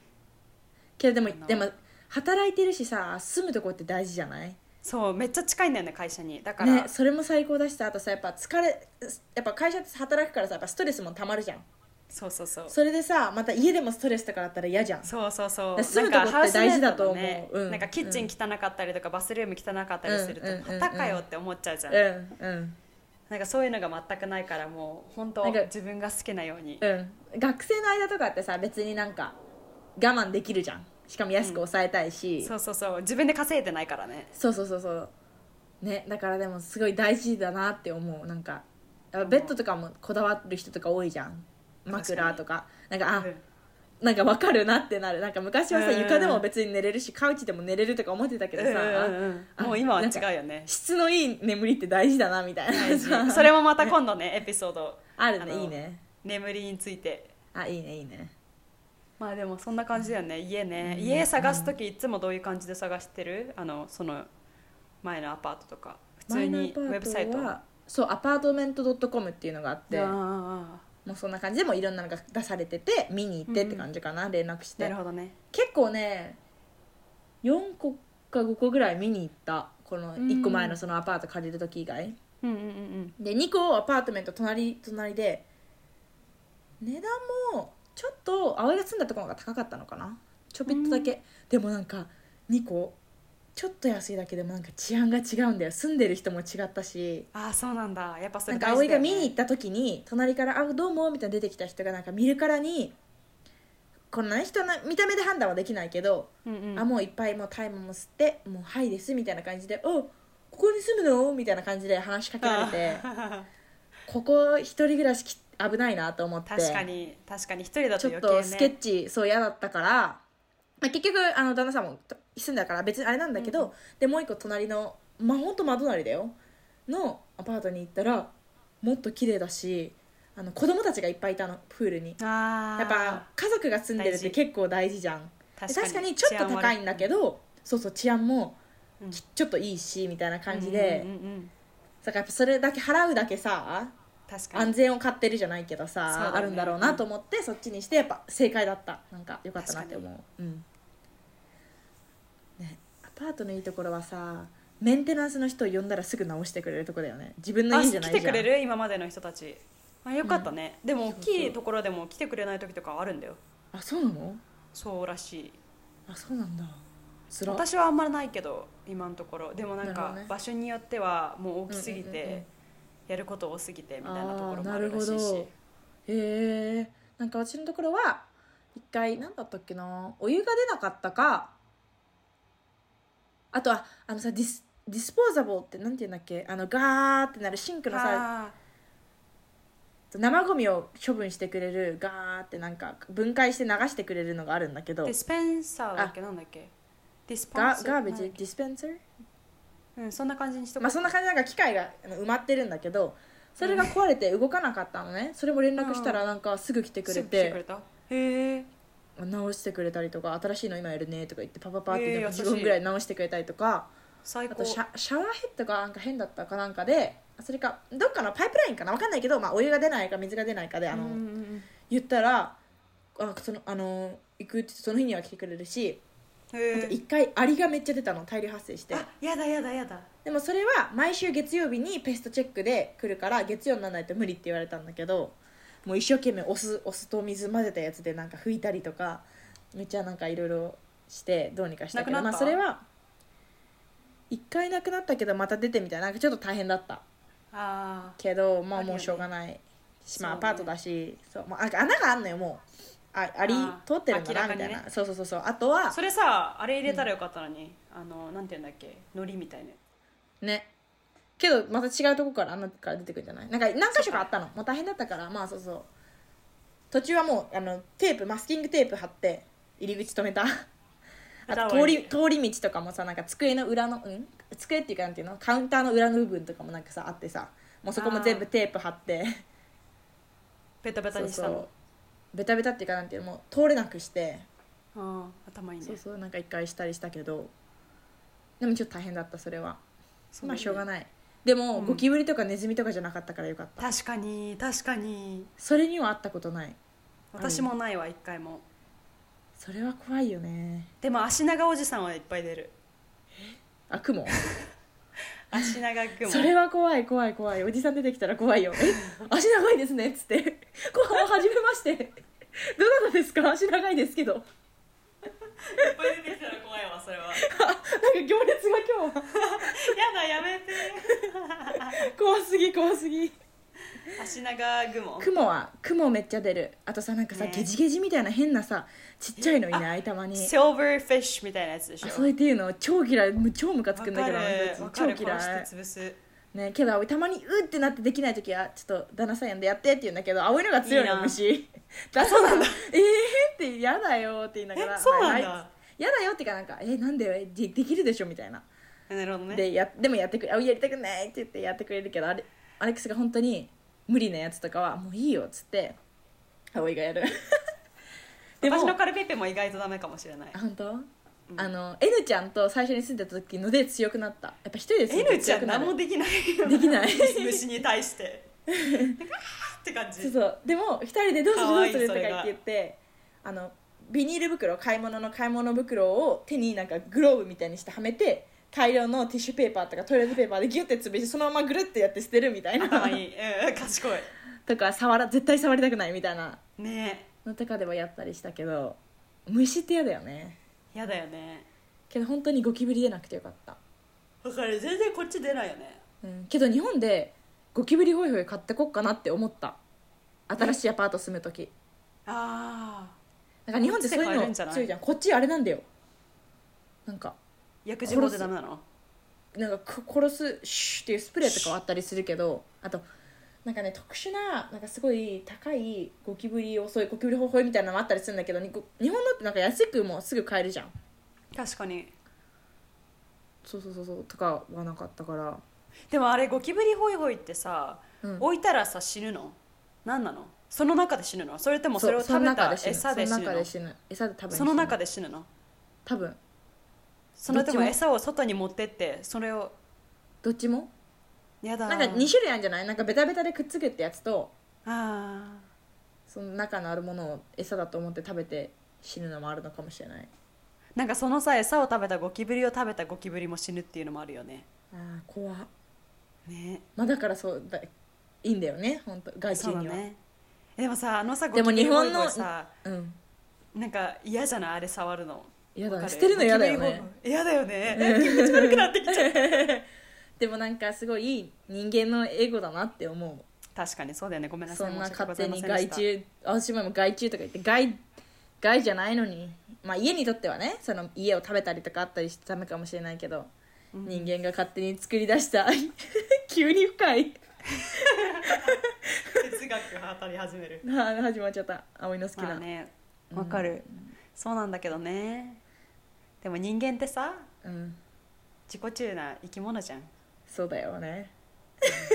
Speaker 1: けどでも
Speaker 2: あの
Speaker 1: でも働いてるしさ住むとこって大事じゃない
Speaker 2: そうめっちゃ近いんだよね会社にだから、
Speaker 1: ね、それも最高だしさあとさやっぱ疲れやっぱ会社で働くからさやっぱストレスもたまるじゃん
Speaker 2: そうそうそう
Speaker 1: それでさまた家でもストレスとかだったら嫌じゃん
Speaker 2: そうそうそう
Speaker 1: だから住むと
Speaker 2: なん
Speaker 1: こって
Speaker 2: かハウスメイトの
Speaker 1: 大事だと思う
Speaker 2: ね
Speaker 1: うん
Speaker 2: なんかキッチン汚かったりとか、バスルーム汚かったりすると、
Speaker 1: うんうんうんうん
Speaker 2: またかよって思っちゃうじゃん、
Speaker 1: うんうん
Speaker 2: なんかそういうのが全くないからもう本当
Speaker 1: なんか
Speaker 2: 自分が好きなように
Speaker 1: うん学生の間とかってさ別になんか我慢できるじゃんしかも安く抑えたいし、
Speaker 2: そうそうそう自分で稼いでないからね
Speaker 1: そうそうそうそうねだからでもすごい大事だなって思うなんかやっぱベッドとかもこだわる人とか多いじゃん枕とかなんかあ、
Speaker 2: うん
Speaker 1: なんかわかるなってなるなんか昔はさ
Speaker 2: うん
Speaker 1: 床でも別に寝れるしカウチでも寝れるとか思ってたけどさ、
Speaker 2: うんうんうんもう今は違うよね
Speaker 1: 質のいい眠りって大事だなみたいな
Speaker 2: 大
Speaker 1: さ
Speaker 2: 事それもまた今度ねエピソード
Speaker 1: あるね
Speaker 2: あの
Speaker 1: いいね
Speaker 2: 眠りについて
Speaker 1: あいいねいいね
Speaker 2: まあでもそんな感じだよね家ね
Speaker 1: うん
Speaker 2: 家探す時いつもどういう感じで探してるあのその前のアパートとか普通にウ
Speaker 1: マイナ
Speaker 2: ェブサイト
Speaker 1: アパートはそうアパートメント .com っていうのがあって
Speaker 2: ああ
Speaker 1: もうそんな感じでもういろんなのが出されてて見に行ってって感じかな、連絡し
Speaker 2: な
Speaker 1: て
Speaker 2: るほどね
Speaker 1: 結構ね4個か5個ぐらい見に行ったこの1個前のそのアパート借りる時以外、
Speaker 2: うんうんうん
Speaker 1: で2個アパートメント隣隣で値段もちょっと葵が住んだところが高かったのかなちょびっとだけ、でもなんか2個ちょっと安いだけでもなんか治安が違うんだよ住んでる人も違ったし
Speaker 2: ああそうなんだやっぱそ
Speaker 1: な
Speaker 2: れ
Speaker 1: んか葵が見に行
Speaker 2: っ
Speaker 1: った時に隣から「あどうも」みたいな出てきた人がなんか見るからにこんなね人の見た目で判断はできないけど、あもういっぱいもうタイムも吸って「もうはいです」みたいな感じで「おここに住むの?」みたいな感じで話しかけられて。ここ一人暮らしき危ないなと思って
Speaker 2: 確かに確かに一人だ
Speaker 1: ち
Speaker 2: と
Speaker 1: ょっ
Speaker 2: 余
Speaker 1: とスケ
Speaker 2: 計
Speaker 1: ッ
Speaker 2: ね
Speaker 1: チ、そう嫌だったから、まあ、結局あの旦那さんもと住んだから別にあれなんだけど、
Speaker 2: う
Speaker 1: でもう一個隣のまあほんと窓隣だよのアパートに行ったらもっと綺麗だしあの子供たちがいっぱいいたのプールに
Speaker 2: ああ
Speaker 1: やっぱ家族が住んでるって
Speaker 2: 大事
Speaker 1: 結構大事じゃん確かにちょっと高いんだけ
Speaker 2: ど
Speaker 1: どそうそう治安も
Speaker 2: うん
Speaker 1: きちょっといいしみたいな感じで、
Speaker 2: うんうんうんうん
Speaker 1: だからやっぱそれだけ払うだけさ
Speaker 2: 確か
Speaker 1: 安
Speaker 2: に
Speaker 1: 全を買ってるじゃないけどさ、
Speaker 2: そうだね
Speaker 1: あるんだろうなと思って、そっちにしてやっぱ正解だったなんかよかったなって思う、うんね、アパートのいいところはさメンテナンスの人を呼んだらすぐ直してくれるとこだよね自分の
Speaker 2: あ
Speaker 1: 家じゃな
Speaker 2: 来
Speaker 1: いじゃ
Speaker 2: てく
Speaker 1: ん
Speaker 2: れる今までの人たちあよかったねでも大きいところでも来てくれない時とかあるんだよ
Speaker 1: あそうなの
Speaker 2: そうらしい
Speaker 1: あそうなんだつら
Speaker 2: 私はあんまりないけど今のところでもなん
Speaker 1: なるほ
Speaker 2: か
Speaker 1: どね
Speaker 2: 場所によってはもう大きすぎ
Speaker 1: うんうんうんうん
Speaker 2: てやること多すぎてみたいなところも
Speaker 1: あー
Speaker 2: あるらしい
Speaker 1: なるほ
Speaker 2: し
Speaker 1: どへえなんか私のところは一回何だったっけなお湯が出なかったかあとはあのさディスディスポーザブルってなんて言うんだっけあのガーってなるシンクのさ
Speaker 2: あ
Speaker 1: 生ゴミを処分してくれるガーってなんか分解して流してくれるのがあるんだけ
Speaker 2: ー
Speaker 1: ど
Speaker 2: ディスペンサーだっけなんだっけディスペン
Speaker 1: ガ
Speaker 2: サー
Speaker 1: ガーベー
Speaker 2: なん
Speaker 1: ジ
Speaker 2: だっ
Speaker 1: ディスペンサー
Speaker 2: けうんそんな感じにしとこ
Speaker 1: ま
Speaker 2: う
Speaker 1: あそんな感じでなんか機械があの埋まってるんだけどそれが壊れて動かなかったのねそれも連絡したらなんかすぐ来てく
Speaker 2: す
Speaker 1: れ
Speaker 2: ぐ来
Speaker 1: て
Speaker 2: てくれたへえ
Speaker 1: 直してくれたりとか新しいの今やるねとか言ってパパパっ
Speaker 2: え
Speaker 1: て
Speaker 2: ー
Speaker 1: なんか
Speaker 2: 優しい
Speaker 1: 自分ぐらい直してくれたりとか、
Speaker 2: 最
Speaker 1: あ
Speaker 2: 高
Speaker 1: とシャシャワーヘッドがなんか変だったかなんかでそれかどっかのパイプラインかな分かんないけど、まあ、お湯が出ないか水が出ないかであの、
Speaker 2: うんうんうん
Speaker 1: 言ったらあそのあの行くって言ってその日には来てくれるし
Speaker 2: へ
Speaker 1: なんか
Speaker 2: ー
Speaker 1: 一回アリがめっちゃ出たの大量発生して
Speaker 2: あやだやだやだ
Speaker 1: でもそれは毎週月曜日にペストチェックで来るから月曜にならないと無理って言われたんだけどもう一生懸命お酢お酢と水混ぜたやつでなんか拭いたりとかめっちゃなんかいろいろしてどうにかしたけど
Speaker 2: なくな
Speaker 1: ま
Speaker 2: っ
Speaker 1: あ、
Speaker 2: た
Speaker 1: それは一回なくなったけどまた出てみたいななんかちょっと大変だった
Speaker 2: あー
Speaker 1: けどまあ
Speaker 2: あるよね
Speaker 1: もうしょうがない
Speaker 2: そ
Speaker 1: 島
Speaker 2: う
Speaker 1: ア
Speaker 2: ね
Speaker 1: パートだしそう、もうあ穴があんのよもうああり
Speaker 2: あー
Speaker 1: 通ってるのかな
Speaker 2: 明らか
Speaker 1: み
Speaker 2: に
Speaker 1: た
Speaker 2: ね
Speaker 1: いな、そうそうそうそうあとは
Speaker 2: それさあれ入れたらよかったのに、あのなんていうんだっけ海苔みたいな
Speaker 1: ねけどまた違うとこから穴から出てくるんじゃないなんか何箇所かあったのもう大変だったからまあそうそう途中はもうあのテープマスキングテープ貼って入り口止め たあと通り通り道とかもさなんか机の裏のん机っていうかなんていうのカウンターの裏の部分とかもなんかさあってさもうそこも全部テープ貼って
Speaker 2: ベタベタにしたの
Speaker 1: ベタベタっていうかなんていうのもう通れなくして
Speaker 2: ああ頭いいね
Speaker 1: そうそうなんか一回したりしたけどでもちょっと大変だったそれは
Speaker 2: そう
Speaker 1: まあしょうが
Speaker 2: ない
Speaker 1: ないでも、
Speaker 2: うん
Speaker 1: ゴキブリとかネズミとかじゃなかったからよかった
Speaker 2: 確かに確かに
Speaker 1: それには会ったことない
Speaker 2: 私もないわ一回も
Speaker 1: それは怖いよね
Speaker 2: でも足長おじさんはいっぱい出る
Speaker 1: あクモ
Speaker 2: 足長くも
Speaker 1: それは怖い怖い怖いおじさん出てきたら怖いよえ足長いですねっつって「後半はじめましてどなたですか足長いですけど」
Speaker 2: っぱい出てきたら怖いわそれはや
Speaker 1: なんか行列が今日は
Speaker 2: だやめて
Speaker 1: 怖すぎ怖すぎ
Speaker 2: 足長雲
Speaker 1: 雲は雲めっちゃ出るあとさなんかさ、
Speaker 2: ね
Speaker 1: ゲジゲジみたいな変なさちっちゃいのいないたまに
Speaker 2: シルバーフィッシュみたいなやつでしょ
Speaker 1: あそういうっていうの超嫌いもう超ムカつ
Speaker 2: わ
Speaker 1: く
Speaker 2: か
Speaker 1: んだけ
Speaker 2: る
Speaker 1: どあのやつ
Speaker 2: わか
Speaker 1: 超
Speaker 2: る
Speaker 1: 嫌
Speaker 2: 殺
Speaker 1: い
Speaker 2: して潰す
Speaker 1: ねけど葵たまにうってなってできない時はちょっと旦那さん呼んでやってって言うんだけど葵のが強い
Speaker 2: いい
Speaker 1: の
Speaker 2: な
Speaker 1: 虫旦那さんが「えー!」って「嫌だよ」って言いな
Speaker 2: え
Speaker 1: がら
Speaker 2: そうなん
Speaker 1: まあ
Speaker 2: だ
Speaker 1: 嫌だよっていうかなんか「えなんでえでできるでしょ」みたいな、
Speaker 2: なるほどね
Speaker 1: でやでもやってくれ「葵やりたくない」って言ってやってくれるけどあれアレックスが本当に無理なやつとかは「もういいよ」っつって葵がやるで も
Speaker 2: 私のカルピッペも意外とダメかもしれない
Speaker 1: あ本当、
Speaker 2: ん
Speaker 1: あの N ちゃんと最初に住んでた時ので強くなったやっぱ一人で住んでた
Speaker 2: N
Speaker 1: ら
Speaker 2: ちゃ
Speaker 1: 強
Speaker 2: ん
Speaker 1: くな
Speaker 2: 何
Speaker 1: る
Speaker 2: もできない
Speaker 1: できない
Speaker 2: 虫に対してなんかあーって感じ
Speaker 1: そうそうでも二人でどうする
Speaker 2: か
Speaker 1: ど
Speaker 2: わ
Speaker 1: う
Speaker 2: いい
Speaker 1: するとか
Speaker 2: それ
Speaker 1: 言っ
Speaker 2: が
Speaker 1: て言ってあのビニール袋買い物の買い物袋を手になんかグローブみたいにしてはめて大量のティッシュペーパーとかトイレットペーパーでギュッて潰してそのままぐるってやって捨てるみたいな
Speaker 2: 頭いいうん賢い
Speaker 1: とか触ら絶対触りたくないみたいな
Speaker 2: ね
Speaker 1: のとかではやったりしたけど虫って嫌だよね
Speaker 2: えやだよね
Speaker 1: けど本当にゴキブリ出なくてよかった、
Speaker 2: わかる全然こっち出ないよね
Speaker 1: うん、けど日本でゴキブリホイホイ買ってこっかなって思った新しいアパート住む時
Speaker 2: ああ
Speaker 1: なんか日本ってそうい
Speaker 2: こっちで買
Speaker 1: う
Speaker 2: える
Speaker 1: の
Speaker 2: んじゃない
Speaker 1: 強いじゃんこっちあれなんだよなんか
Speaker 2: 薬事法でダメなの
Speaker 1: なんかく殺すシュッっていうスプレーとかはあったりするけどあとなんかね特殊ななんかすごい高いゴキブリをそういうゴキブリ方法みたいなのもあったりするんだけどにこ日本のってなんか安くもうすぐ買えるじゃん
Speaker 2: 確かに
Speaker 1: そうそうそうそうとかはなかったから
Speaker 2: でもあれゴキブリホイホイってさ、
Speaker 1: うん
Speaker 2: 置いたらさ死ぬの何なのその中で死ぬのそれともそれを食べた餌で死
Speaker 1: そ
Speaker 2: ぬ
Speaker 1: の中
Speaker 2: の
Speaker 1: で死ぬ餌で多分
Speaker 2: その中
Speaker 1: で
Speaker 2: で死ぬの
Speaker 1: 多分
Speaker 2: そので
Speaker 1: ど
Speaker 2: も
Speaker 1: っちも
Speaker 2: 餌を外に持ってってそれを
Speaker 1: どっちも
Speaker 2: やだ
Speaker 1: なんか2種類あるんじゃないなんかベタベタでくっつくってやつと
Speaker 2: あー
Speaker 1: その中のあるものを餌だと思って食べて死ぬのもあるのかもしれない
Speaker 2: なんかそのさ餌を食べたゴキブリを食べたゴキブリも死ぬっていうのもあるよね
Speaker 1: ああ怖っ
Speaker 2: ね
Speaker 1: まあだからそうだいいんだよね本当外
Speaker 2: そう
Speaker 1: 中
Speaker 2: だ
Speaker 1: にはう,、
Speaker 2: ねでもさあのさゴ
Speaker 1: で
Speaker 2: キ
Speaker 1: も
Speaker 2: ブリ
Speaker 1: 日
Speaker 2: ホイ
Speaker 1: 本の
Speaker 2: ホイさ
Speaker 1: ん
Speaker 2: なんか嫌じゃないあれ触るの
Speaker 1: 嫌だ
Speaker 2: わ
Speaker 1: ね
Speaker 2: かる
Speaker 1: 捨てるの嫌だよね
Speaker 2: ゴキブリホイホイ嫌だよね気持ち悪くなってきちゃう
Speaker 1: でもなんかすごい人間のエゴだなって思う
Speaker 2: 確かにそうだよねごめんなさ
Speaker 1: そ
Speaker 2: い
Speaker 1: んな
Speaker 2: 申し訳
Speaker 1: 勝
Speaker 2: ござ
Speaker 1: 手
Speaker 2: いません
Speaker 1: に
Speaker 2: でし
Speaker 1: 害
Speaker 2: た
Speaker 1: 虫私も今害虫とか言って害害じゃないのにまあ家にとってはねその家を食べたりとかあったりしてたのかもしれないけど、人間が勝手に作り出した 急に深い
Speaker 2: 哲学が当たり始める
Speaker 1: あー始まっちゃった葵の好きな、
Speaker 2: まあねわかる、そうなんだけどねでも人間ってさ
Speaker 1: うん
Speaker 2: 自己中な生き物じゃん
Speaker 1: そうだよね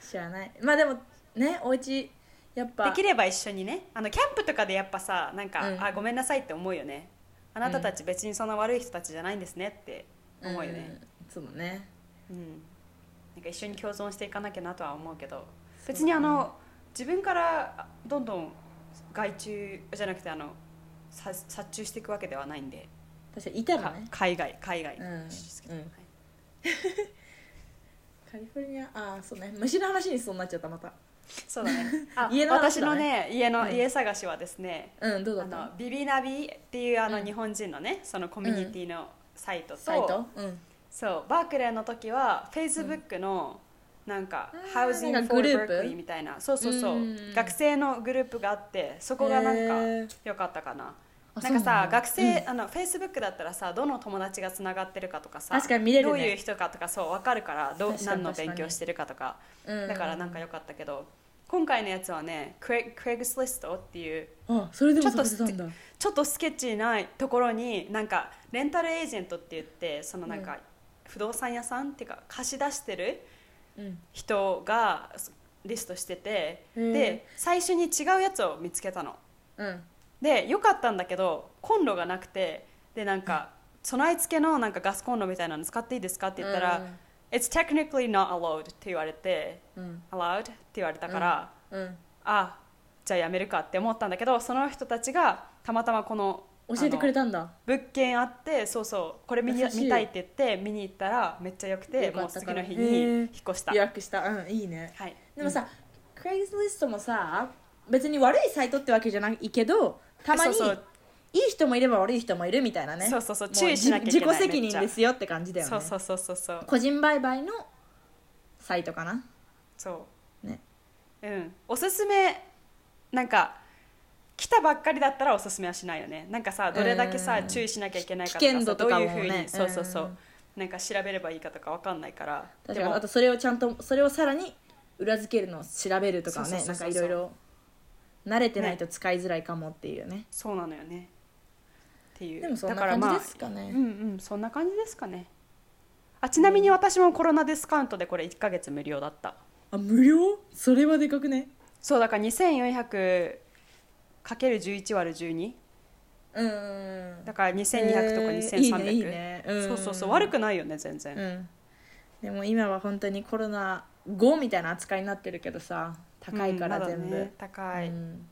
Speaker 1: 知らないまあでもねお家やっぱ
Speaker 2: できれば一緒にねあのキャンプとかでやっぱさなんか、
Speaker 1: うん
Speaker 2: あごめんなさいって思うよねあなたたち別にそんな悪い人たちじゃないんですねって思うよね
Speaker 1: うんそうだね
Speaker 2: うん、なんか一緒に共存していかなきゃなとは思うけど別にあの自分からあどんどん害虫じゃなくてあのさ殺虫していくわけではないんで
Speaker 1: 確かにいたら
Speaker 2: か
Speaker 1: ね
Speaker 2: 海外海外、
Speaker 1: うん
Speaker 2: はい
Speaker 1: うん カリフォルニアああそうね虫の話にそうなっちゃったまた
Speaker 2: そう だねあ
Speaker 1: 家の
Speaker 2: 私
Speaker 1: 話
Speaker 2: の
Speaker 1: だね
Speaker 2: ね家の、
Speaker 1: うん
Speaker 2: 家探しはですね
Speaker 1: うんどうだ
Speaker 2: あ
Speaker 1: った
Speaker 2: のビビナビっていうあの、
Speaker 1: うん
Speaker 2: 日本人のねそのコミュニティのサイトと、
Speaker 1: サイトうん
Speaker 2: そうバークレーの時はフェイスブックの、なんか「
Speaker 1: あー
Speaker 2: Housing
Speaker 1: なんか
Speaker 2: for
Speaker 1: グループ
Speaker 2: Berkeley」みたいなそうそうそう
Speaker 1: うんうんうん
Speaker 2: 学生のグループがあってそこがなんか良かったかな。
Speaker 1: あ
Speaker 2: なんか
Speaker 1: そうな
Speaker 2: さ
Speaker 1: んだ
Speaker 2: 学生、あのフェイスブックだったらさどの友達がつながってるかとかさ
Speaker 1: 確かに見れるね
Speaker 2: どういう人かとかそう分かるからどう
Speaker 1: 確か
Speaker 2: 何
Speaker 1: に
Speaker 2: の
Speaker 1: 確かに
Speaker 2: 勉強してるかとか
Speaker 1: うん
Speaker 2: だからなんか良かったけど今回のやつはねクレクレグスリストっていう
Speaker 1: あそれでも
Speaker 2: ちょっと
Speaker 1: 探せたんだ
Speaker 2: ちょっとスケッチーないところになんかレンタルエージェントって言ってそのなんか、
Speaker 1: う
Speaker 2: 不動産屋さんっていうか貸し出してる
Speaker 1: うん
Speaker 2: 人がリストしてて
Speaker 1: へー
Speaker 2: で最初に違うやつを見つけたの
Speaker 1: うん
Speaker 2: で良かったんだけどコンロがなくてでなんか備え付けのなんかガスコンロみたいなの使っていいですかって言ったら「It's technically not allowed」って言われて
Speaker 1: うん
Speaker 2: 「allowed」って言われたから、
Speaker 1: うん
Speaker 2: あじゃあやめるかって思ったんだけどその人たちがたまたまこの
Speaker 1: 教えてく
Speaker 2: あ
Speaker 1: れ
Speaker 2: の
Speaker 1: たんだ
Speaker 2: 物件あってそうそうこれ見に
Speaker 1: 優しい
Speaker 2: 見たいって言って見に行ったらめっちゃ良くて
Speaker 1: よか
Speaker 2: もう
Speaker 1: った
Speaker 2: 次
Speaker 1: から
Speaker 2: の日に
Speaker 1: へー
Speaker 2: 引っ越した
Speaker 1: 予約したうんいいね
Speaker 2: はい
Speaker 1: でもさ、クレイズリストもさ別に悪いサイトってわけじゃないけどたまに
Speaker 2: そうそう
Speaker 1: いい人もいれば悪い人もいるみたいなね
Speaker 2: そうそうそう
Speaker 1: も
Speaker 2: 注意しなきゃいけない
Speaker 1: 自己責任
Speaker 2: め
Speaker 1: で
Speaker 2: っち
Speaker 1: すよって感じだ
Speaker 2: ゃ
Speaker 1: よ
Speaker 2: そう
Speaker 1: ね
Speaker 2: そうそうそうそう
Speaker 1: 個人売買のサイトかな
Speaker 2: そう
Speaker 1: ね
Speaker 2: うんおすすめなんか来たばっかりだったらおすすめはしないよねなんかさどれだけさ
Speaker 1: うん
Speaker 2: 注意しなきゃいけないかと
Speaker 1: 危
Speaker 2: かさ
Speaker 1: 険度とかもね
Speaker 2: どういうふうにそうそうそううんなんか調べればいいかとかわかんないから
Speaker 1: 確かにあとそれをちゃんとそれをさらに裏付けるのを調べるとか
Speaker 2: そう
Speaker 1: ね
Speaker 2: そう
Speaker 1: な
Speaker 2: そ
Speaker 1: ん
Speaker 2: う
Speaker 1: か
Speaker 2: そう
Speaker 1: いろいろ慣れてないと使いづらいかもっていうね
Speaker 2: そうなのよねっていう
Speaker 1: でもそんな
Speaker 2: だから
Speaker 1: 感
Speaker 2: ま
Speaker 1: じ
Speaker 2: あ
Speaker 1: ですかね、
Speaker 2: うんうんそんな感じですかねあちなみに私もコロナディスカウントでこれ1ヶ月無料だった
Speaker 1: あ無料それはでかくね
Speaker 2: そうだから 2400×11 割る12
Speaker 1: うんうん
Speaker 2: だから2200とか2300、
Speaker 1: いいねいいね、ん
Speaker 2: そうそうそう悪くないよね全然、
Speaker 1: うんでも今は本当にコロナ後みたいな扱いになってるけどさ高いから
Speaker 2: うんまだ
Speaker 1: 全部、
Speaker 2: ね、高い、
Speaker 1: うん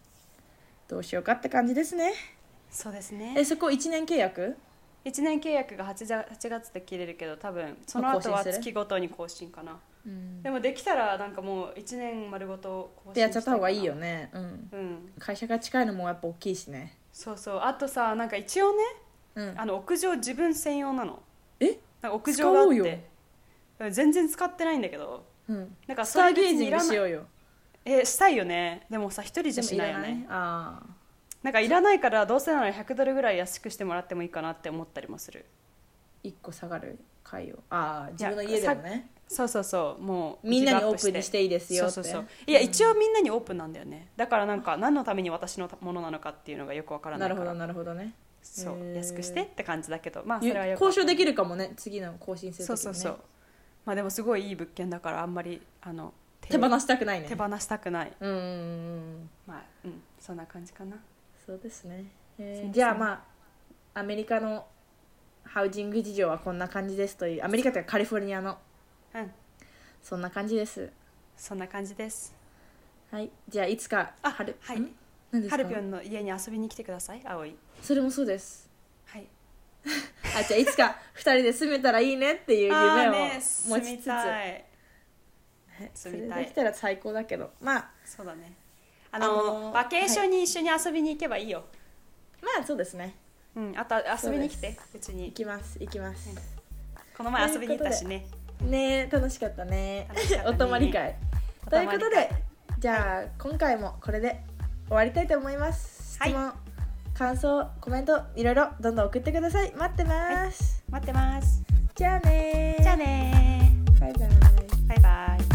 Speaker 1: どうしようかって感じですね
Speaker 2: そうですね
Speaker 1: えそこ1年契約
Speaker 2: 1年契約が 8, 8月で切れるけど多分その後は
Speaker 1: 更新する
Speaker 2: 月ごとに更新かな
Speaker 1: うん
Speaker 2: でもできたらなんかもう1年丸ごと更新
Speaker 1: でやっちゃった方がいいよ
Speaker 2: ね
Speaker 1: ねうん
Speaker 2: うん
Speaker 1: 会社が近いのもやっぱ大きいしね
Speaker 2: そうそうあとさなんか一応ね
Speaker 1: うん
Speaker 2: あの屋上自分専用なの
Speaker 1: え
Speaker 2: なんか屋上があっ
Speaker 1: 使おうよ
Speaker 2: てうん全然使ってないんだけど
Speaker 1: うん
Speaker 2: なんか
Speaker 1: ス
Speaker 2: そ
Speaker 1: タ
Speaker 2: れ
Speaker 1: ーゲ
Speaker 2: 別
Speaker 1: ー
Speaker 2: に
Speaker 1: ジ
Speaker 2: い
Speaker 1: ング
Speaker 2: ら
Speaker 1: し
Speaker 2: ない
Speaker 1: ようよ
Speaker 2: えしたいよねでもさ一人じゃしないよ
Speaker 1: でも
Speaker 2: ね
Speaker 1: ああ
Speaker 2: なんかいらないからどうせなら100ドルぐらい安くしてもらってもいいかなって思ったりもする
Speaker 1: 1個下がる回をああ
Speaker 2: い
Speaker 1: 自
Speaker 2: や
Speaker 1: 分の家でもね
Speaker 2: そうそうそうもう
Speaker 1: みんなに
Speaker 2: ギブア
Speaker 1: オ
Speaker 2: ップ
Speaker 1: ープンにしていいですよって
Speaker 2: そうそうそういや一応みんなにオープンなんだよねだからなんか何のために私のものなのかっていうのがよくわからな
Speaker 1: ない
Speaker 2: か
Speaker 1: る
Speaker 2: ら
Speaker 1: ほどなるほどね
Speaker 2: そ
Speaker 1: へ
Speaker 2: う
Speaker 1: ー
Speaker 2: 安くしてって感じだけどまあそれはよ
Speaker 1: 交渉で
Speaker 2: る
Speaker 1: きるかもね次の更新する
Speaker 2: そう
Speaker 1: 時
Speaker 2: そう
Speaker 1: に
Speaker 2: そう
Speaker 1: ね
Speaker 2: まあでもすごいいい物件だからあんまりあの
Speaker 1: 手放したくないね
Speaker 2: 手放したくない
Speaker 1: うんうんうん
Speaker 2: まあうんそんな感じかな
Speaker 1: そうですね、
Speaker 2: そう
Speaker 1: え
Speaker 2: です
Speaker 1: ー
Speaker 2: ね
Speaker 1: じゃあまあアメリカのハウジング事情はこんな感じですというアメリカというかカリフォルニアの
Speaker 2: うん
Speaker 1: そんな感じです
Speaker 2: そんな感じです
Speaker 1: はいじゃあいつか
Speaker 2: あ
Speaker 1: はる
Speaker 2: はい
Speaker 1: ん何です
Speaker 2: ハ
Speaker 1: か
Speaker 2: ルピョンの家に遊びに来てください葵
Speaker 1: それもそうです
Speaker 2: はい
Speaker 1: あじゃあいつか二人で住めたらいいねっていう夢
Speaker 2: あ
Speaker 1: を
Speaker 2: ーね
Speaker 1: 持ち
Speaker 2: 住み
Speaker 1: つつ、
Speaker 2: たい
Speaker 1: はいそ
Speaker 2: 住
Speaker 1: れ
Speaker 2: みたい
Speaker 1: できたら最高だけどまあ
Speaker 2: そうだねあの
Speaker 1: あのー
Speaker 2: バケーションに一緒に遊びに行けばいいよ、
Speaker 1: まあそうですね
Speaker 2: うんあと遊びに来てうち
Speaker 1: 行
Speaker 2: に
Speaker 1: きます行きます
Speaker 2: この前遊びに行ったしね
Speaker 1: ねえ楽しかったね
Speaker 2: 楽しかったね
Speaker 1: お泊まり会
Speaker 2: お
Speaker 1: とい
Speaker 2: 泊ま
Speaker 1: うこ
Speaker 2: り会
Speaker 1: とでじゃあ今回もこれで終わりたいと思います質
Speaker 2: はい
Speaker 1: 問、感想コメントいろいろどんどん送ってください待ってます、
Speaker 2: 待ってます
Speaker 1: じゃあねー
Speaker 2: じゃあね
Speaker 1: バイバイ
Speaker 2: ーバイバイ